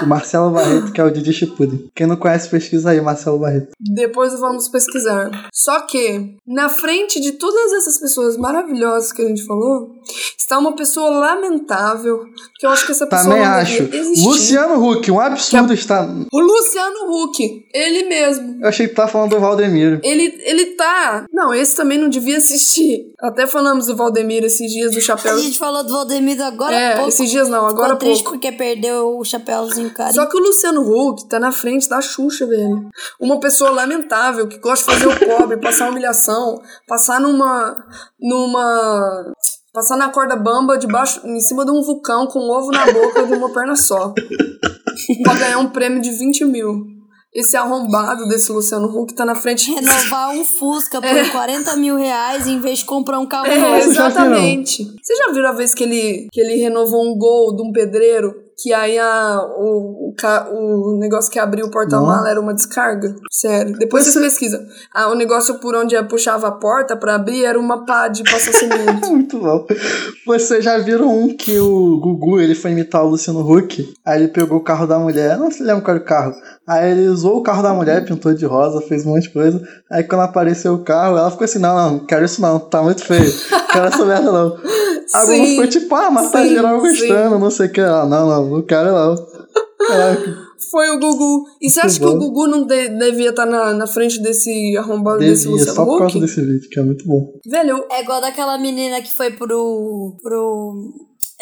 B: O Marcelo Barreto, que é o Didi Chipude. Quem não conhece, pesquisa aí, Marcelo Barreto.
A: Depois vamos pesquisar. Só que, na frente de todas essas pessoas maravilhosas que a gente falou, está uma pessoa lamentável, que eu acho que essa pessoa
B: Também
A: não
B: acho.
A: deveria existir.
B: Tá Luciano Huck, um absurdo está.
A: O Luciano Huck, ele mesmo.
B: Eu achei que tá falando do Valdemiro.
A: Ele, ele tá. Não, esse também não devia assistir. Até falamos do Valdemiro esses dias do
C: A
A: chapéu.
C: gente falou do Valdemiro agora há
A: É,
C: pouco.
A: esses dias não, agora há
C: Ficou triste
A: pouco.
C: porque perdeu o chapéuzinho cara.
A: Só que o Luciano Huck tá na frente da Xuxa, velho. Uma pessoa lamentável que gosta de fazer o pobre, passar humilhação, passar numa. numa. passar na corda bamba debaixo, em cima de um vulcão com um ovo na boca e de uma perna só. pra ganhar um prêmio de 20 mil. Esse arrombado desse Luciano Huck tá na frente.
C: Renovar um Fusca por 40 mil reais em vez de comprar um carro
A: É,
B: já
C: novo.
B: viram.
A: exatamente. Você já viu a vez que ele, que ele renovou um gol de um pedreiro que aí a, o, o, ca- o negócio que abriu o porta-mala
B: Nossa.
A: era uma descarga. Sério. Depois
B: é-
A: vocês pesquisam. Ah, o negócio por onde eu puxava a porta pra abrir era uma pá de passar cimento.
B: Muito bom. Vocês já viram um que o Gugu ele foi imitar o Luciano Huck? Aí ele pegou o carro da mulher, é não se lembra qual era o um carro. Aí ele usou o carro da mulher, pintou de rosa, fez um monte de coisa. Aí quando apareceu o carro, ela ficou assim: não, não, não quero isso não, tá muito feio. Não quero essa merda não. A Gugu
A: Sim,
B: ficou tipo: ah, mas tá
A: sim,
B: geral
A: sim.
B: gostando, não sei o que. Ela, não, não, não quero não. Caraca,
A: Foi o Gugu. E você acha que
B: bom.
A: o Gugu não de- devia estar na, na frente desse arrombado desse
B: devia,
A: Luciano
B: só por causa
A: Huck?
B: desse vídeo, que é muito bom.
A: Velho,
C: É igual daquela menina que foi pro. pro.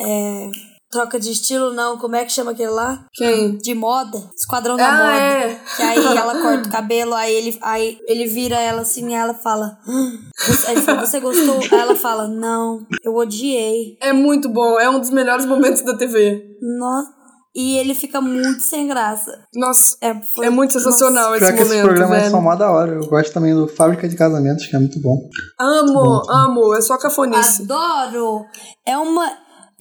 C: É, troca de estilo, não. Como é que chama aquele lá?
A: quem?
C: De moda? Esquadrão da
A: Ah,
C: Tá moda.
A: é.
C: Que aí ela corta o cabelo, aí ele, aí ele vira ela assim, e ela fala. "Ah, você- aí ele fala, você gostou? Aí ela fala, não, eu odiei.
A: É muito bom. É um dos melhores momentos da TV.
C: Nó. E ele fica muito sem graça.
A: Nossa,
C: É, foi-
A: é muito sensacional esse
B: Pior que é
A: momento,
B: esses programas
A: velho.
B: são mó da hora. Eu gosto também do Fábrica de Casamentos, que é muito bom.
A: Amo, amo. É só cafonice.
C: Adoro! É uma.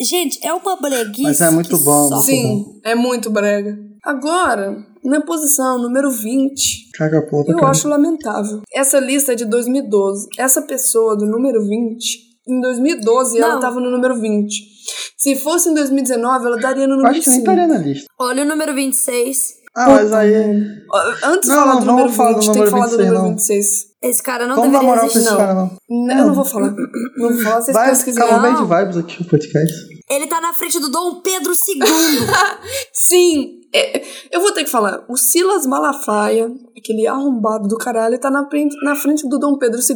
C: Gente, é uma breguice.
B: Mas é muito
C: que
B: bom,
C: só.
B: muito
A: Sim, é muito brega. Agora, na posição número 20,
B: Caga porra tá pra
A: eu
B: caralho.
A: acho lamentável. Essa lista é de 2012. Essa pessoa do número 20, em 2012 ela
C: Não.
A: tava no número 20. Se fosse em 2019, ela daria no
B: Eu
A: número
B: acho que nem
A: 5.
B: estaria na lista.
C: Olha o número 26.
B: Ah, mas aí.
A: Antes de
B: Não,
A: falar
B: não,
A: do
B: não
A: número
B: vou falar do
A: 20, tem que
B: número
A: falar do
B: 26,
A: número
B: não.
A: 26.
C: Esse cara não
B: Vamos dar
C: deveria
B: moral pra
C: existir.
B: esses
A: não.
B: caras, não.
A: Não, eu não vou falar. Não vou falar, vocês
B: Vai,
A: pesquisam.
B: acabou bem
A: Não.
B: de vibes aqui o podcast.
C: Ele tá na frente do Dom Pedro II.
A: Sim, é, eu vou ter que falar. O Silas Malafaia, aquele arrombado do caralho, tá na, pren- na frente do Dom Pedro II,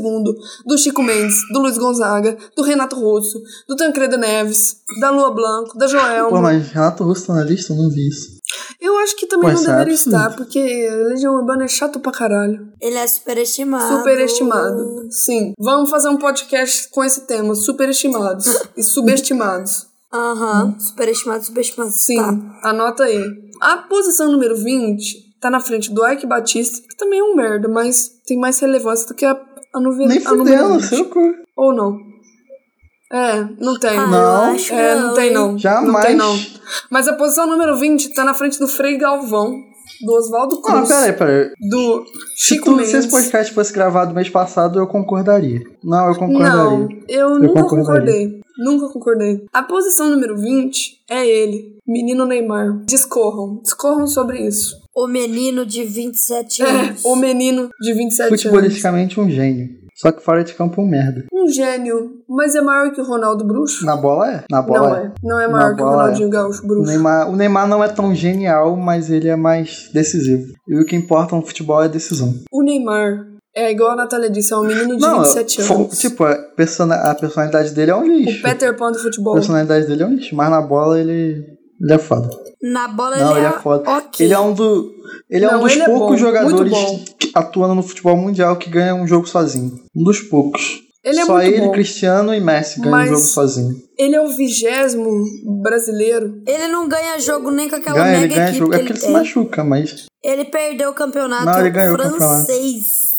A: do Chico Mendes, do Luiz Gonzaga, do Renato Russo, do Tancredo Neves, da Lua Blanco, da
B: Pô,
A: Joelma.
B: mas Renato Russo tá na lista? Eu não vi isso.
A: Eu acho que também
B: Pô,
A: não
B: isso é
A: deveria
B: absurdo.
A: estar, porque Legião Urbana é chato pra caralho.
C: Ele é superestimado.
A: Superestimado. Sim. Vamos fazer um podcast com esse tema: superestimados e subestimados.
C: Aham. Superestimado, subestimado.
A: Sim,
C: Tá.
A: anota aí. A posição número 20 tá na frente do Ike Batista, que também é um merda, mas tem mais relevância do que a, a, nuve-
B: Nem
A: a número
B: fudendo,
A: 20.
B: seu cu.
A: Ou não. É, não tem.
C: Ah,
B: Não.
C: eu acho
A: É, não tem
C: hein?
A: não. Não
B: Jamais.
A: tem não. Mas a posição número 20 tá na frente do Frei Galvão, do Oswaldo Cruz,
B: Ah, peraí, peraí.
A: do
B: Se,
A: Chico
B: tu, se
A: Mendes.
B: esse podcast fosse gravado mês passado, eu concordaria. Não, eu
A: Não,
B: concordaria.
A: eu, nunca
B: concordaria.
A: concordei. Nunca concordei. A posição número 20 é ele, menino Neymar. Discorram, discorram sobre isso.
C: O menino de 27
A: É,
C: anos.
A: o menino de 27 anos.
B: Futebolisticamente, um gênio. Só que fora de campo, um merda.
A: Um gênio, mas é maior que o Ronaldo Bruxo?
B: Na bola é? Na bola
A: Não
B: é.
A: é. Não é
B: Na
A: maior que o
B: bola,
A: Ronaldinho Gaúcho
B: O
A: Bruxo.
B: Neymar, o Neymar não é tão genial, mas ele é mais decisivo. E o que importa no futebol é decisão.
A: O Neymar é igual a Natália disse, é um menino de
B: não,
A: 27
B: fo-
A: anos.
B: tipo, a, persona- a personalidade dele é um
A: o
C: tá
B: lixo.
A: Peter Pan do
B: A
A: futebol.
B: personalidade dele é um lixo, mas na bola ele, ele é foda.
C: Na bola
B: não,
C: ele
B: ele
C: é,
B: é foda.
C: ok.
B: Ele é um do ele é
A: Não,
B: um dos
A: ele é bom, muito
B: poucos jogadores
A: bom.
B: que- atuando no futebol mundial que ganha um jogo sozinho. Um dos poucos.
A: Ele é
B: Só
A: muito
B: ele,
A: bom.
B: Cristiano e Messi ganham
A: Mas-
B: um jogo sozinho.
A: Ele é o vigésimo brasileiro.
C: Ele não ganha jogo nem com aquela
B: Ganha,
C: mega
B: ele ganha
C: equipe
B: jogo.
C: que
B: É porque ele
C: ele
B: se
C: tem.
B: machuca, mas
C: Ele perdeu o campeonato
B: Não, ele ganhou o
C: francês.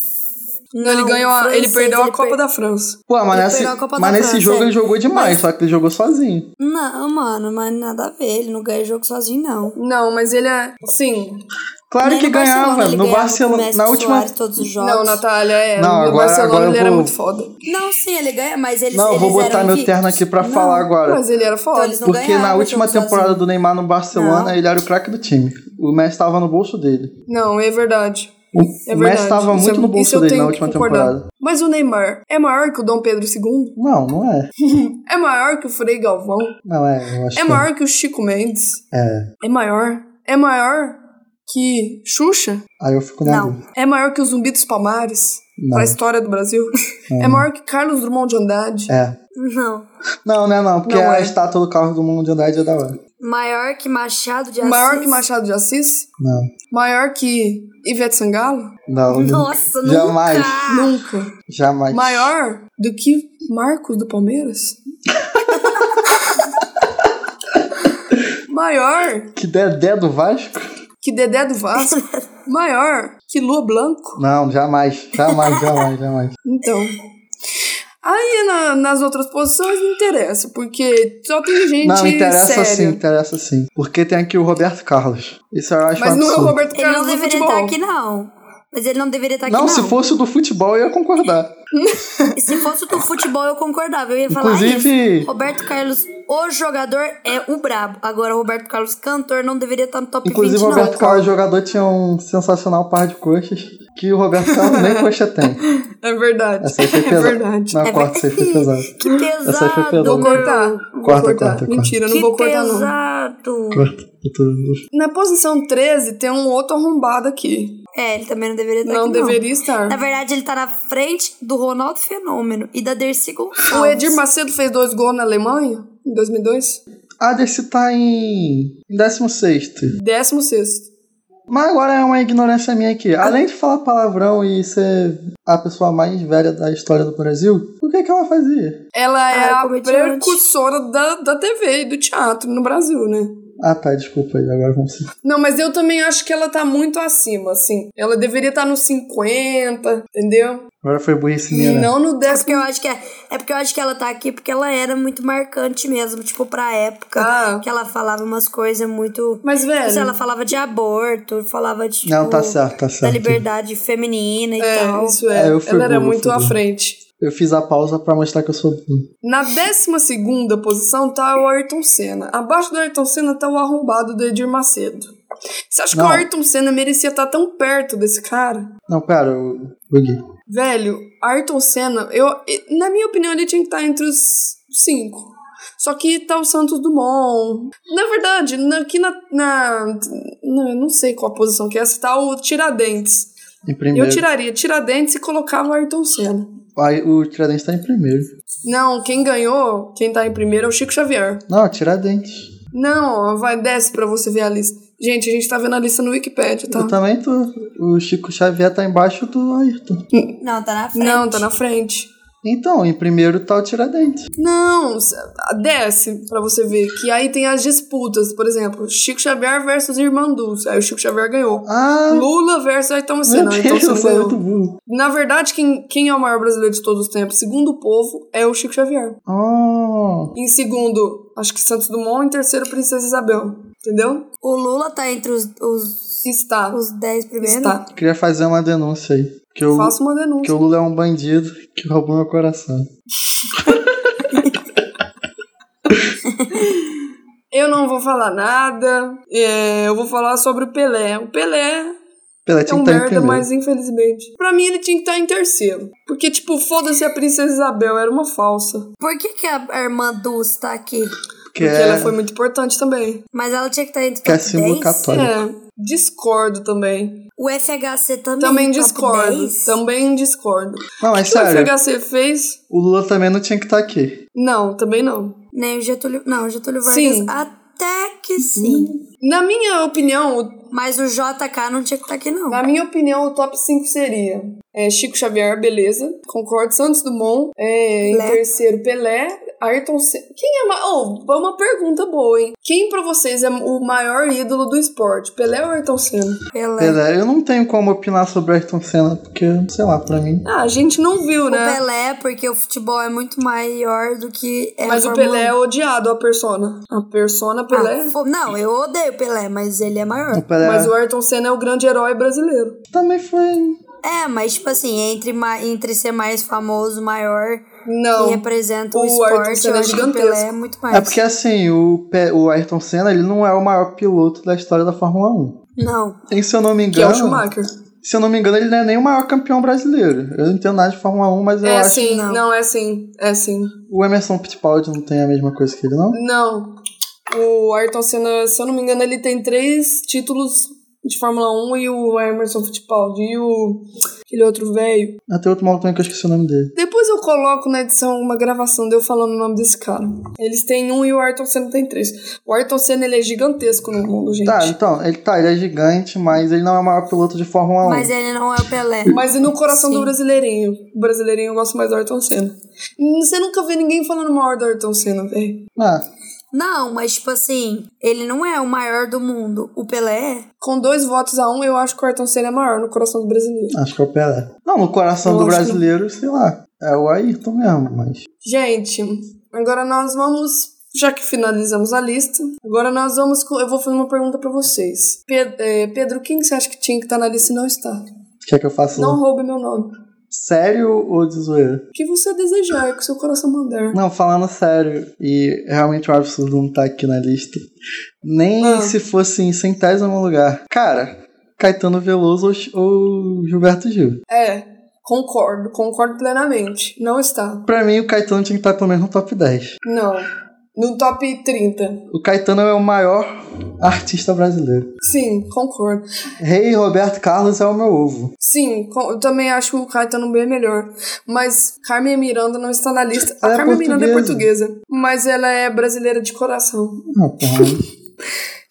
A: Não, ele ganhou, a- ele
C: francês,
A: perdeu a
C: ele
A: Copa
C: per-
A: da França.
B: Pô, mas
C: Ele
B: nesse,
C: perdeu a Copa da
B: mas nesse
C: França,
B: jogo
C: é.
B: ele jogou demais,
C: Mas-
B: só que ele jogou sozinho.
C: Não, mano, mas nada a ver. Ele não ganha jogo sozinho, não.
A: Não, mas ele é. Sim.
B: Claro
C: Nem
B: que
C: no
B: ganhava.
C: Barcelona ele
B: no
C: ganhava com
B: Barcelona,
C: Messi,
B: na
C: com
B: última.
C: Suárez, todos os jogos.
A: Não, Natália, é.
B: Não,
A: no
B: agora-
A: Barcelona
B: agora eu
A: ele era
B: vou-
A: muito foda.
C: Não, sim, ele ganha, mas eles
B: não, eu
C: eles
B: vou botar
C: eram
B: meu
C: invictos.
B: terno aqui pra
C: Não,
B: falar agora.
A: Mas ele era foda.
C: Então eles não
B: Porque na
C: ganhavam
B: última
C: jogo sozinho.
B: temporada do Neymar no Barcelona,
C: Não.
B: ele era o craque do time. O Messi tava no bolso dele.
A: Não, é verdade.
B: O,
A: É
B: o
A: verdade.
B: Messi tava
A: Isso eu-
B: muito
A: isso
B: no
A: eu
B: bolso dele
A: tenho
B: na
A: que
B: última
A: concordar.
B: temporada.
A: Mas o Neymar é maior que o Dom Pedro II?
B: Não, não é.
A: É maior que o Frei Galvão?
B: Não é, eu acho
A: É
B: que
A: maior que o Chico Mendes?
B: É.
A: É maior? É maior que Xuxa?
B: Aí eu fico na
C: Não.
B: dúvida.
A: É maior que o Zumbi dos Palmares?
B: Não.
A: Pra história do Brasil? É maior que Carlos Drummond de Andrade?
B: É.
C: Não.
B: Não, não é não, porque
A: Não
B: a
A: é.
B: estátua do carro do mundo de Andrade é da hora.
C: Maior que Machado de É. Assis.
A: Maior que Machado de Assis?
B: Não.
A: Maior que Ivete Sangalo?
B: Não, não.
C: Nossa,
B: Jamais.
C: nunca.
A: Nunca.
B: Jamais.
A: Maior do que Marcos do Palmeiras? maior
B: Que Dedé do Vasco?
A: que Dedé do Vasco? maior que Lua Blanco?
B: Não, jamais. Jamais, jamais, jamais.
A: Então. Aí na- nas outras posições não interessa, porque só tem gente
B: Não,
A: séria.
B: interessa sim, interessa sim. Porque tem aqui o Roberto Carlos. Isso eu acho
A: Mas
B: um
A: não é o
B: absurdo.
A: Roberto
C: Ele não
A: Carlos do
C: deveria
A: futebol.
C: estar aqui, não. Mas ele não deveria estar aqui,
B: não,
C: não.
B: se fosse o do futebol, eu ia concordar.
C: Se fosse do futebol, eu concordava. Eu ia falar
B: Inclusive-
C: isso. Roberto Carlos, o jogador, é o brabo. Agora, o Roberto Carlos, cantor, não deveria estar no top
B: Inclusive,
C: 20,
B: o
C: não.
B: Roberto
A: é
B: Carlos, jogador, tinha um sensacional par de coxas que o Roberto Carlos nem coxa tem.
A: É verdade.
B: Essa aí foi
A: é
B: pesada.
A: verdade.
B: Não,
C: É
B: corta, isso aí foi pesado.
C: Que pesado,
B: Essa aí foi né? pesada.
A: Vou
C: meu.
A: cortar. Vou
B: Corta,
A: cortar.
B: corta, corta.
A: Mentira, não
C: que
A: vou cortar não.
C: pesado.
B: Corta, eu tô-
A: Na posição 13 tem um outro arrombado aqui.
C: É, ele também não deveria estar
A: não
C: aqui,
A: deveria estar.
C: Na verdade, ele tá na frente do Ronaldo Fenômeno e da Dercy Gonçalves.
A: O Edir Macedo fez dois gols na Alemanha em 2002.
B: A Dercy tá em, em 16.
A: 16.
B: Mas agora é uma ignorância minha aqui. Além de falar palavrão e ser a pessoa mais velha da história do Brasil, o que, que ela fazia?
A: Ela é
C: Ah,
A: a
C: comediante.
A: precursora da, da TV e do teatro no Brasil, né?
B: Ah, tá, desculpa aí, agora vamos.
A: Não, mas eu também acho que ela tá muito acima, assim. Ela deveria estar nos 50, entendeu?
B: Agora foi burrice
A: E
B: minha. né?
A: não no
C: É
A: 10.
C: porque eu acho que é, é porque eu acho que ela tá aqui porque ela era muito marcante mesmo, tipo, pra época.
A: Ah,
C: Que ela falava umas coisas muito.
A: mas,
C: Tipo,
A: velho.
C: sei, ela falava de aborto, falava de.
B: É, Não,
C: tipo,
B: tá certo, tá certo.
C: Da liberdade feminina e
A: É,
C: tal.
A: isso é.
B: É, eu fui
A: ela era
B: burro, eu
A: muito
B: fui
A: à
B: burro.
A: frente.
B: Eu fiz a pausa pra mostrar que eu sou burro.
A: Na 12 posição tá o Ayrton Senna. Abaixo do Ayrton Senna tá o arrombado do Edir Macedo. Você acha
B: Não.
A: que o Ayrton Senna merecia estar tão perto desse cara?
B: Não, pera, eu buguei.
A: Velho, Ayrton Senna, eu, e- na minha opinião, ele tinha que estar entre os cinco. Só que tá o Santos Dumont. Na verdade, na- aqui na, na, na- eu Não sei qual a posição que é essa, tá o Tiradentes.
B: Em primeiro.
A: Eu tiraria Tiradentes e colocava o Ayrton Senna.
B: Aí, o Tiradentes tá em primeiro.
A: Não, quem ganhou, quem tá em primeiro é o Chico Xavier.
B: Não, Tiradentes.
A: Não, vai, desce pra você ver a lista. Gente, a gente tá vendo a lista no Wikipedia, tá?
B: Eu também tô. O Chico Xavier tá embaixo do Ayrton.
C: Não, tá na frente.
A: Não, tá na frente.
B: Então, em primeiro tá o Tiradentes.
A: Não, s- desce pra você ver. Que aí tem as disputas, por exemplo, Chico Xavier versus Irmanduz. Aí o Chico Xavier ganhou.
B: Ah,
A: Lula versus Ayrton
B: meu
A: Senna. Ayrton
B: Deus, eu
A: Senna
B: sou
A: então ganhou.
B: muito burro.
A: Na verdade, quem, quem é o maior brasileiro de todos os tempos, segundo o povo, é o Chico Xavier.
B: Ah,
A: Em segundo, acho que Santos Dumont. Em terceiro, Princesa Isabel. Entendeu?
C: O Lula tá entre os, os,
A: Está.
B: Tá
C: os 10 primeiros.
A: Está.
B: queria fazer uma denúncia aí. Que o,
A: Faço uma
B: que
A: denúncia.
B: o Lula é um bandido que roubou meu coração.
A: Eu não vou falar nada. é, eu vou falar sobre o Pelé. O Pelé
B: Pelé
A: é
B: tinha
A: um
B: que estar em
A: merda,
B: primeiro.
A: mas infelizmente. Pra mim, ele tinha que estar em terceiro. Porque, tipo, foda-se a Princesa Isabel, era uma falsa.
C: Por que, que a a irmã Dulce tá aqui?
A: Porque
B: que
A: ela
B: é,
A: foi muito importante também.
C: Mas ela tinha que estar entre os
B: que é
C: top
B: símbolo
C: 10.
B: católico.
A: É, discordo também.
C: O FHC também. tá
A: Também
C: top
A: discordo.
C: 10.
A: Também discordo.
B: Não, mas
A: O que
B: sério,
A: o FHC fez?
B: o Lula também não tinha que estar aqui.
A: Não, também não.
C: Nem o Getúlio. Não, o Getúlio Vargas.
A: Sim.
C: Até que sim.
A: Na minha opinião, o-
C: Mas o JK não tinha que estar aqui, não.
A: na minha opinião, o top 5 seria é, Chico Xavier, beleza. Concordo, Santos Dumont. É, em
C: Pelé.
A: terceiro, Pelé. Ayrton Senna. Quem é mais. Oh, é uma pergunta boa, hein? Quem pra vocês é o maior ídolo do esporte? Pelé ou Ayrton Senna?
C: Pelé.
B: Pelé, eu não tenho como opinar sobre o Ayrton Senna, porque, sei lá, pra mim.
A: Ah, a gente não viu,
C: O
A: né?
C: Pelé, porque o futebol é muito maior do que é a
A: Mas o
C: Fórmula
A: Pelé é
C: 1.
A: odiado, a persona. A persona
C: Ah,
A: Pelé.
C: fo- Não, eu odeio o Pelé, mas ele é maior.
B: O Pelé
A: Mas o Ayrton Senna é o grande herói brasileiro.
B: também foi.
C: É, mas tipo assim, entre, ma- entre ser mais famoso, maior, que
A: Não.
C: representa o,
A: O Ayrton
C: esporte, eu
A: Senna é
C: acho que o Pelé
A: gigantesco.
C: é muito mais.
B: É porque assim, o, Pe- o Ayrton Senna ele não é o maior piloto da história da Fórmula 1.
C: Não,
B: E se eu não me
A: Que é o
B: engano,
A: Schumacher.
B: se eu não me engano, ele não é nem o maior campeão brasileiro. Eu não entendo nada de Fórmula 1, mas eu
A: é
B: acho
A: sim,
C: não.
A: não. é sim, é sim.
B: que o Emerson Fittipaldi não tem a mesma coisa que ele, não?
A: Não. O Ayrton Senna, se eu não me engano, ele tem três títulos de Fórmula 1 e o Emerson Fittipaldi e o aquele outro velho.
B: Até outro maluco também que eu esqueci o nome dele.
A: Depois eu coloco na edição uma gravação de eu falando o nome desse cara. Eles têm um e o Ayrton Senna tem três. O Ayrton Senna ele é gigantesco no mundo, gente.
B: Tá, então, ele tá, ele é gigante, mas ele não é o maior piloto de Fórmula 1.
C: mas ele não é o Pelé.
A: Mas e no coração
C: Sim.
A: do brasileirinho? O brasileirinho eu gosto mais do Ayrton Senna. Hum, Você nunca vê ninguém falando mal do Ayrton Senna, velho.
B: Ah,
C: Não, mas tipo assim, ele não é o maior do mundo. O Pelé é.
A: Com dois votos a um, eu acho que o Ayrton Senna é maior no coração do brasileiro.
B: acho que é o Pelé. Não, no coração
A: Eu
B: do
A: acho que-
B: brasileiro, sei lá. É o Ayrton mesmo, mas.
A: Gente, agora nós vamos. Já que finalizamos a lista, agora nós vamos. co- Eu vou fazer uma pergunta pra vocês. Pedro, Pedro quem que você acha que tinha que estar na lista e não está?
B: Quer que eu faça
A: Não
B: um
A: roube meu nome.
B: sério ou de zoeira?
A: O que você desejar, é o que seu coração mandar.
B: Não, falando sério, e realmente o absurdo não tá aqui na lista. Nem
A: Ah.
B: se fosse em centésimo lugar. Cara, Caetano Veloso ou- ou Gilberto Gil.
A: É, concordo, concordo plenamente. Não está.
B: Pra mim, o Caetano tinha que estar pelo menos no top 10.
A: Não. No top 30.
B: O Caetano é o maior artista brasileiro.
A: Sim, concordo.
B: Rei Roberto Carlos é o meu ovo.
A: Sim, con- eu também acho o Caetano bem melhor. Mas Carmen Miranda não está na lista. A
B: Ela é
A: Carmen Miranda é
B: portuguesa.
A: portuguesa, mas ela é brasileira de coração.
B: Rapaz.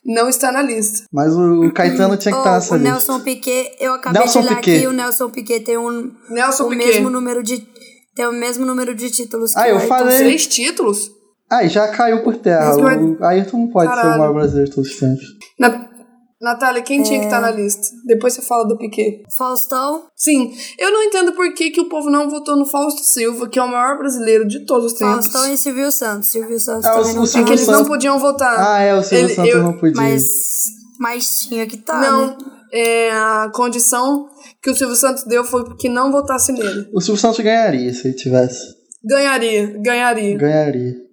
A: Não está na lista.
B: Ah, Mas o, o Caetano tinha que estar
D: Ô,
B: nessa
D: o
B: lista.
D: Nelson Piquet, eu acabei
B: Tá, Nelson
D: de olhar
B: Piquet.
D: aqui, o Nelson Piquet tem um,
A: Nelson
D: o
A: Piquet.
D: mesmo número de tem o mesmo número de títulos
B: Ah,
D: que
B: eu
D: o Ayrton
B: falei.
D: Senna.
A: Três títulos?
B: Ah, e já caiu por terra.
A: Mas
B: O o Ayrton não pode ser o
A: Caralho.
B: maior brasileiro de todos os tempos.
A: Na... Natália, quem tinha que estar na lista? Depois você fala do Piquet.
D: Faustão,
A: Sim, eu não entendo por que, que o povo não votou no Fausto Silva, que é o maior brasileiro de todos os tempos.
D: Faustão e Silvio Santos. Silvio Santos
B: Ah, o-
D: também
B: o
D: não
A: É que
D: tá,
B: Silvio
A: eles não
B: Santos-
A: podiam votar.
B: Ah, é, o Silvio
A: Ele-
B: Santos
A: eu-
B: não podia.
D: mas mas tinha que tá, né?
A: Não, é, a condição que o Silvio Santos deu foi que não votasse nele.
B: O Silvio Santos ganharia se ele tivesse.
A: Ganharia, ganharia.
B: Ganharia.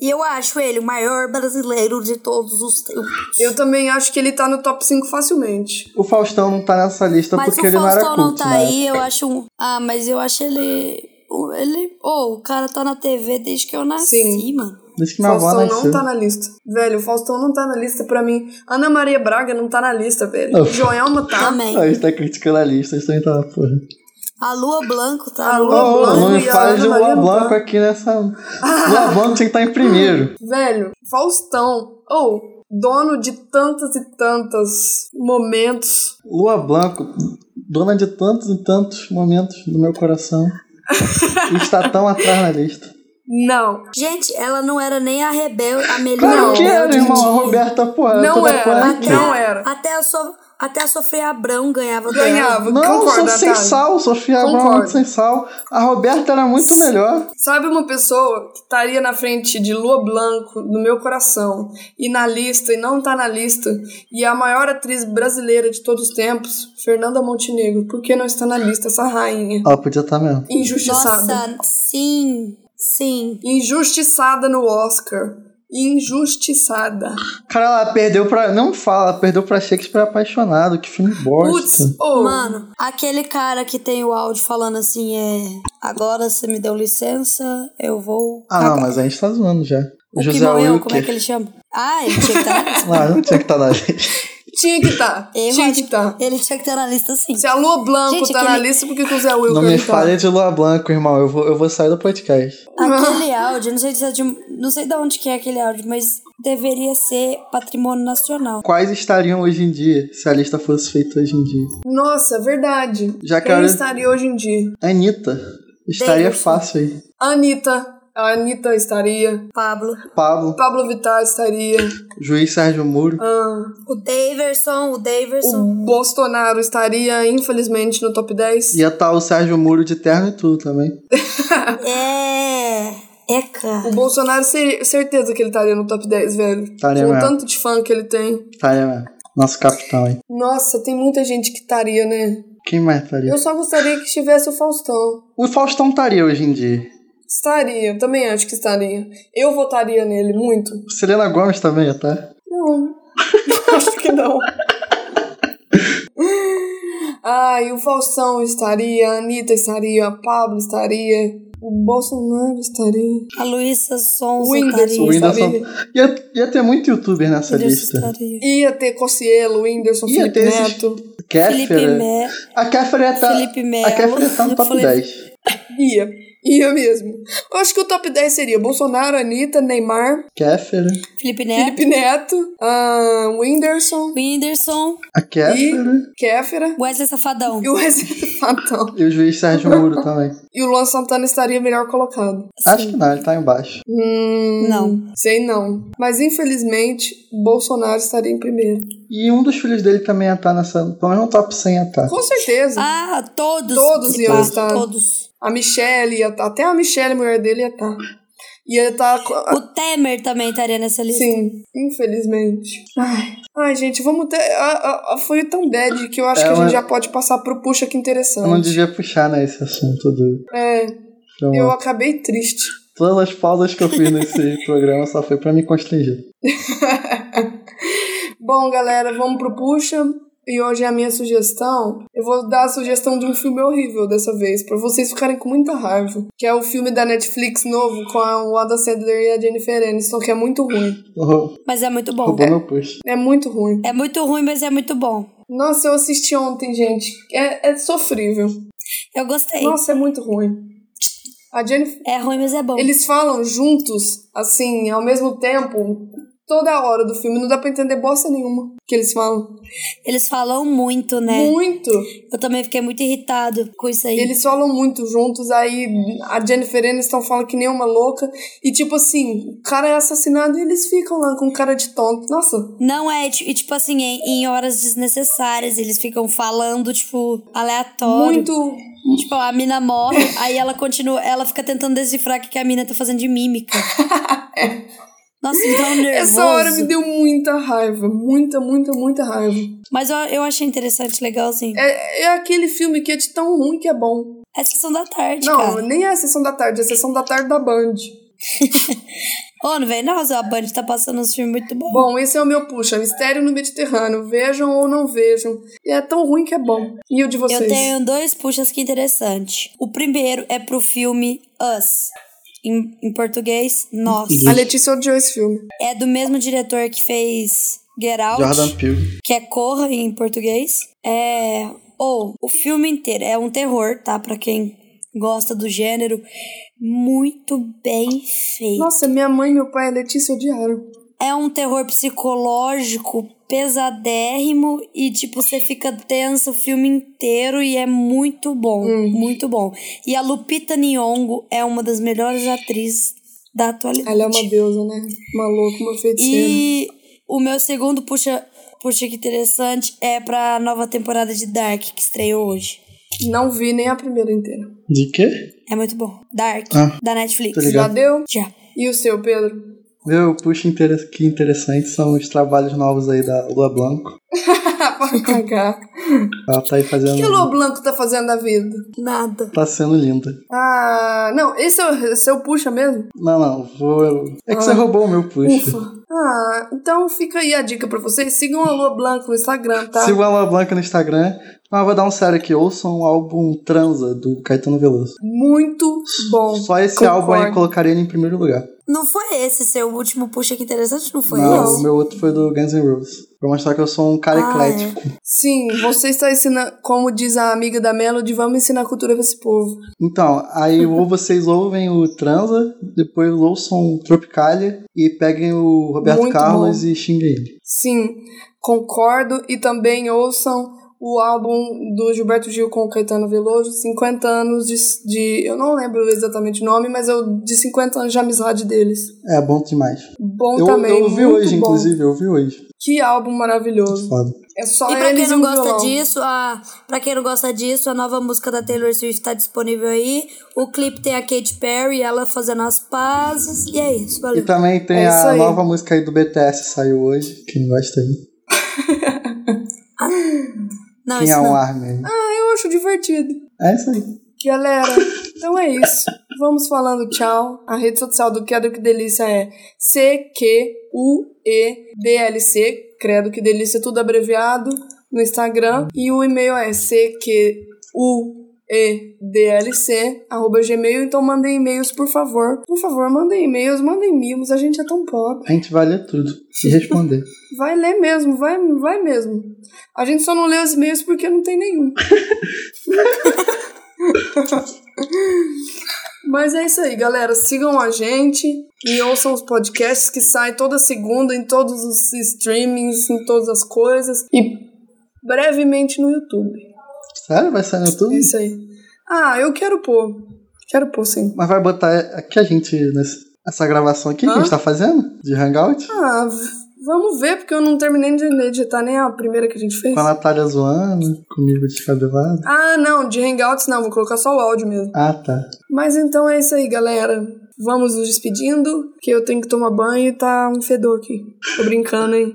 D: E eu acho ele o maior brasileiro de todos os
B: Então,
D: tempos.
A: Eu também acho que ele tá no top 5 facilmente.
B: O Faustão não tá nessa lista
D: Mas
B: porque
D: o
B: ele não era
D: Faustão
B: culto.
D: não tá
B: né?
D: aí, eu acho um.
C: Ah, mas eu acho ele. o- Ele. Ô, o cara tá na TV desde que eu nasci,
A: Sim.
C: mano.
B: Desde que minha avó
A: Faustão não
B: nasceu.
A: tá na lista. Velho, o Faustão não tá na lista pra mim. Ana Maria Braga não tá na lista, velho.
B: Não.
A: Joelma tá.
D: Também.
B: Ah, a gente tá criticando a lista, a gente também tá na porra.
D: A Lua Blanco tá.
A: A
D: no-
B: Ô,
A: Lua
B: ô,
A: Blanco
B: não me
A: e a
B: fale de
A: Ana Maria
B: Lua
A: não tá.
B: Blanco aqui nessa. Lua Blanco tinha que estar em primeiro.
A: Velho, Faustão, ou dono de tantas e tantas momentos.
B: Lua Blanco, dona de tantos e tantos momentos do meu coração, está tão atrás na lista.
A: Não,
D: Gente, ela não era nem a Rebel, a melhor
B: Claro que
D: Rebel
B: era,
D: de
B: irmão. A
D: dia.
B: Roberta, porra,
A: Não
B: toda
A: era,
B: porra aqui.
D: Até,
A: Não era.
D: Até a, so, até a Sofia Abrão ganhava dela.
A: ganhava.
B: Não, sou
A: concordo,
B: sem
A: Natália.
B: sal, Sofia Abrão é
A: Concordo.
B: muito sem sal. A Roberta era muito melhor.
A: Sabe uma pessoa que estaria na frente de Lua Blanco no meu coração e na lista e não tá na lista e a maior atriz brasileira de todos os tempos, Fernanda Montenegro. Por que não está na lista essa rainha?
B: Ela podia estar mesmo.
A: Injustiçada.
C: Nossa, sim. Sim.
A: Injustiçada no Oscar. Injustiçada.
B: Cara, ela perdeu pra. Não fala, ela perdeu pra Shakespeare apaixonado. Que filme bosta.
A: Putz, oh,
C: Mano, aquele cara que tem o áudio falando assim é. Agora você me deu licença, eu vou.
B: ah, não, mas a gente tá zoando já.
C: O que
B: José
C: morreu,
B: Wilker.
C: como é que ele chama? Ah, ele tinha que estar na lista.
B: Ah, não tinha que estar na lista.
A: tinha que tá.
C: Eu
A: Tinha
C: acho
A: que tá.
C: Ele tinha que estar na lista sim.
A: Se a Lua Blanco
C: Gente,
A: tá na
C: aquele-
A: lista, por que que o Zé Wilker
B: Não me
A: tá?
B: fale de Lua Blanco, irmão. Eu vou, eu vou sair do podcast.
C: Aquele áudio, não sei, se é de, não sei de onde que é aquele áudio, mas deveria ser patrimônio nacional.
B: Quais estariam hoje em dia se a lista fosse feita hoje em dia?
A: Nossa, verdade.
B: Já
A: Quem
B: quero-
A: estaria hoje em dia?
B: Anitta. Estaria
D: Deus.
B: fácil aí.
A: Anitta. A Anitta estaria.
D: Pablo.
B: Pablo,
A: Pablo Vittar estaria.
B: juiz Sérgio Muro.
A: Ah,
D: O Daverson, o
A: o
D: Daverson.
A: Bolsonaro estaria, infelizmente, no top 10.
B: Ia estar o Sérgio Muro de terno e tudo também.
D: É. É, cara.
A: O Bolsonaro, cer- certeza que ele estaria no top 10, velho.
B: Estaria
A: Com o
B: mesmo.
A: tanto de fã que ele tem.
B: Estaria mesmo. Nosso capitão aí.
A: Nossa, tem muita gente que estaria, né?
B: Quem mais estaria?
A: Eu só gostaria que estivesse o Faustão.
B: O Faustão estaria hoje em dia.
A: Estaria, eu também acho que estaria. Eu votaria nele muito.
B: Selena Gomes também tá? ia estar.
A: Não. Acho que não. Ai, o Faustão estaria, a Anitta estaria, a Pablo estaria, o Bolsonaro estaria.
C: A Luísa Sonza
A: O Whindersson.
B: O
C: estaria.
B: Whindersson.
A: estaria.
B: Ia, ia ter muito youtuber nessa
C: Whindersson
B: lista.
C: estaria.
A: Ia ter Cossielo, Whindersson,
B: Ia
A: Felipe
B: ter esses-
A: Neto.
C: Felipe
B: Kéfera.
C: Mé.
B: A Kéfera ia estar.
C: Felipe Melo.
B: A Kéfera ia estar é tá no
C: Eu
B: top
C: falei-
B: 10.
A: Ia. Ia mesmo. Eu acho que o top 10 seria Bolsonaro, Anitta, Neymar,
B: Kéfera.
C: Felipe Neto.
A: Felipe Neto, ah, Whindersson,
C: Whindersson.
B: A Kéfera. né?
A: Kéfera
C: Wesley Safadão.
A: e o então. Wesley Fatão.
B: E o juiz Sérgio Muro também.
A: E o Luan Santana estaria melhor colocado.
C: Assim.
B: Acho que não, ele tá embaixo.
A: Hum,
C: Não.
A: Sei não. Mas infelizmente, Bolsonaro estaria em primeiro.
B: E um dos filhos dele também ia estar nessa. Pelo menos no top 100 ia tá. estar.
A: Com certeza.
C: Ah, todos.
A: Todos
C: se
A: iam
C: pá,
A: estar.
C: Todos.
A: A Michelle ia tá, até a Michelle, mulher dele, ia estar. Ia estar.
C: O Temer também estaria nessa lista.
A: Sim, infelizmente. Ai, ai gente, vamos ter. a- a- a- foi tão dead que eu acho
B: É,
A: que a gente
B: mas-
A: já pode passar pro puxa que
B: Eu não
A: interessante.
B: devia puxar, né, esse assunto do.
A: É,
B: Então,
A: eu acabei triste.
B: Todas as pausas que eu fiz nesse programa só foi pra me constranger.
A: Bom, galera, vamos pro puxa. E hoje é a minha sugestão. Eu vou dar a sugestão de um filme horrível dessa vez, pra vocês ficarem com muita raiva. Que é o filme da Netflix novo com a- o Adam Sandler e a Jennifer Aniston, que é muito ruim.
B: Rou-
C: Mas é muito bom.
B: Roubou meu push.
A: É muito ruim.
C: É muito ruim, mas é muito bom.
A: Nossa, eu assisti ontem, gente. É, é sofrível.
C: Eu gostei.
A: Nossa, é muito ruim. A Jennifer.
C: É ruim, mas é bom.
A: Eles falam juntos, assim, ao mesmo tempo, toda hora do filme. Não dá pra entender bosta nenhuma que eles falam.
C: Eles falam muito, né?
A: Muito!
C: Eu também fiquei muito irritado com isso aí.
A: Eles falam muito juntos, aí a Jennifer Aniston fala que nem uma louca. E tipo assim, o cara é assassinado e eles ficam lá com cara de tonto. Nossa,
C: Não é, ti- e tipo assim, em, em horas desnecessárias, eles ficam falando, tipo, aleatório.
A: muito.
C: Tipo, a mina morre, aí ela continua, ela fica tentando decifrar o que que a mina tá fazendo de mímica. Nossa, me dá um nervoso.
A: É. Essa hora me deu muita raiva. Muita, muita, muita raiva.
C: Mas eu, eu achei interessante, legalzinho. É,
A: É, é aquele filme que é de tão ruim que é bom.
C: sessão da tarde,
A: Não,
C: cara.
A: nem é a sessão da tarde, é a sessão da tarde da Band.
C: Ô, não vem não, a Band tá passando uns filmes muito bons.
A: Bom, esse é o meu puxa, Mistério no Mediterrâneo. Vejam ou não vejam. E é tão ruim que é bom. E o de vocês?
C: Eu tenho dois puxas que interessante. O primeiro é pro filme Us. Em, em português, Nós.
A: A Letícia odiou esse filme.
C: É do mesmo diretor que fez Get Out.
B: Jordan Peele.
C: que é Corra em português. É. Ou o filme inteiro é um terror, tá? Pra quem gosta do gênero. Muito bem feito.
A: Nossa, minha mãe e meu pai, a Letícia, odiaram.
C: É um terror psicológico pesadérrimo e, tipo, você fica tenso o filme inteiro e é muito bom.
A: Uhum.
C: Muito bom. E a Lupita Nyong'o é uma das melhores atrizes da atualidade.
A: Ela é uma deusa, né? Uma louca, uma feiticeira.
C: E o meu segundo puxa, puxa que interessante é pra nova temporada de Dark que estreou hoje.
A: Não vi nem a primeira inteira.
B: De quê?
C: É muito bom. Dark,
B: Ah,
C: da Netflix.
B: tô
A: Já
B: ligado.
A: deu?
C: Já.
A: E o seu, Pedro?
B: Meu push interes- que interessante são os trabalhos novos aí da Lua Blanco.
A: Vai cagar.
B: Ela tá aí
A: O
B: fazendo.
A: que o Lua Blanco tá fazendo da vida?
D: Nada.
B: Tá sendo linda.
A: Ah, não, esse é o seu puxa mesmo?
B: Não, não, vou. É que você roubou o meu push.
A: Ah. Ufa. Ah, então fica aí a dica pra vocês. Sigam a Lua Blanco no Instagram, tá?
B: Sigam a Lua Blanca no Instagram. Mas eu vou dar um sério aqui. Ouçam o álbum Transa do Caetano Veloso.
A: Muito bom.
B: Só esse álbum aí
A: Concordo.
B: colocaria ele em primeiro lugar.
D: Não foi esse seu último puxa que interessante? Não foi
B: não,
D: esse?
B: o meu outro foi do Guns N' Roses. Pra mostrar que eu sou um cara
D: Ah, é.
B: eclético.
A: Sim, você está ensinando, como diz a amiga da Melody, vamos ensinar a cultura pra esse povo.
B: Então, aí ou vocês ouvem o Transa, depois ouçam o Tropicalia e peguem o Roberto
A: Muito
B: Carlos e xinguem ele.
A: Sim, concordo e também ouçam o álbum do Gilberto Gil com o Caetano Veloso, 50 anos de, de- eu não lembro exatamente o nome, mas eu de 50 anos de amizade deles.
B: É bom demais.
A: Bom
B: Eu,
A: também,
B: eu ouvi
A: muito
B: hoje,
A: bom.
B: inclusive, eu ouvi hoje.
A: Que álbum maravilhoso.
B: Foda.
A: É só
D: E pra
A: eles
D: quem não
A: um
D: gosta
A: violão.
D: disso, a para quem não gosta disso, a nova música da Taylor Swift tá disponível aí. O clipe tem a Katy Perry, ela fazendo as pazes. E é isso,
B: E tá
D: valeu.
B: também tem
A: É isso
B: a
A: aí.
B: nova música aí do BTS, saiu hoje. Quem gosta aí?
A: Ah,
D: Não,
B: Quem
D: isso
B: é um
D: não.
B: arme aí?
A: Eu acho divertido.
B: É isso aí.
A: Galera, então é isso. Vamos falando tchau. A rede social do Credo Que Delícia é C-Q-U-E-D-L-C. Credo Que Delícia, tudo abreviado no Instagram. E o e-mail é C-Q-U-E-D-L-C. arroba gmail, então mandem e-mails, por favor. Por favor, mandem e-mails, mandem mimos, a gente é tão pobre.
B: A gente vai ler tudo e responder.
A: Vai ler mesmo, vai, vai mesmo. A gente só não lê os e-mails porque não tem nenhum. Mas é isso aí, galera. Sigam a gente e ouçam os podcasts que saem toda segunda em todos os streamings, em todas as coisas e brevemente no YouTube.
B: Sério? Vai sair no
A: É
B: YouTube?
A: isso aí. Ah, eu quero pôr. Quero pôr sim.
B: Mas vai botar aqui a gente nesse- Essa gravação aqui que a gente tá fazendo? De Hangout?
A: Ah, v- Vamos ver, porque eu não terminei de editar nem a primeira que a gente fez.
B: Com a Natália zoando, comigo descabelado.
A: Ah, não, de Hangouts não, vou colocar só o áudio mesmo.
B: Ah, tá.
A: Mas então é isso aí, galera. Vamos nos despedindo, que eu tenho que tomar banho e tá um fedor aqui. Tô brincando, hein?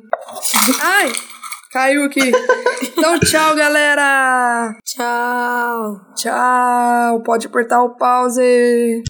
A: Ai! Caiu aqui. Então, tchau, galera!
D: Tchau.
A: Tchau! Pode apertar o pause.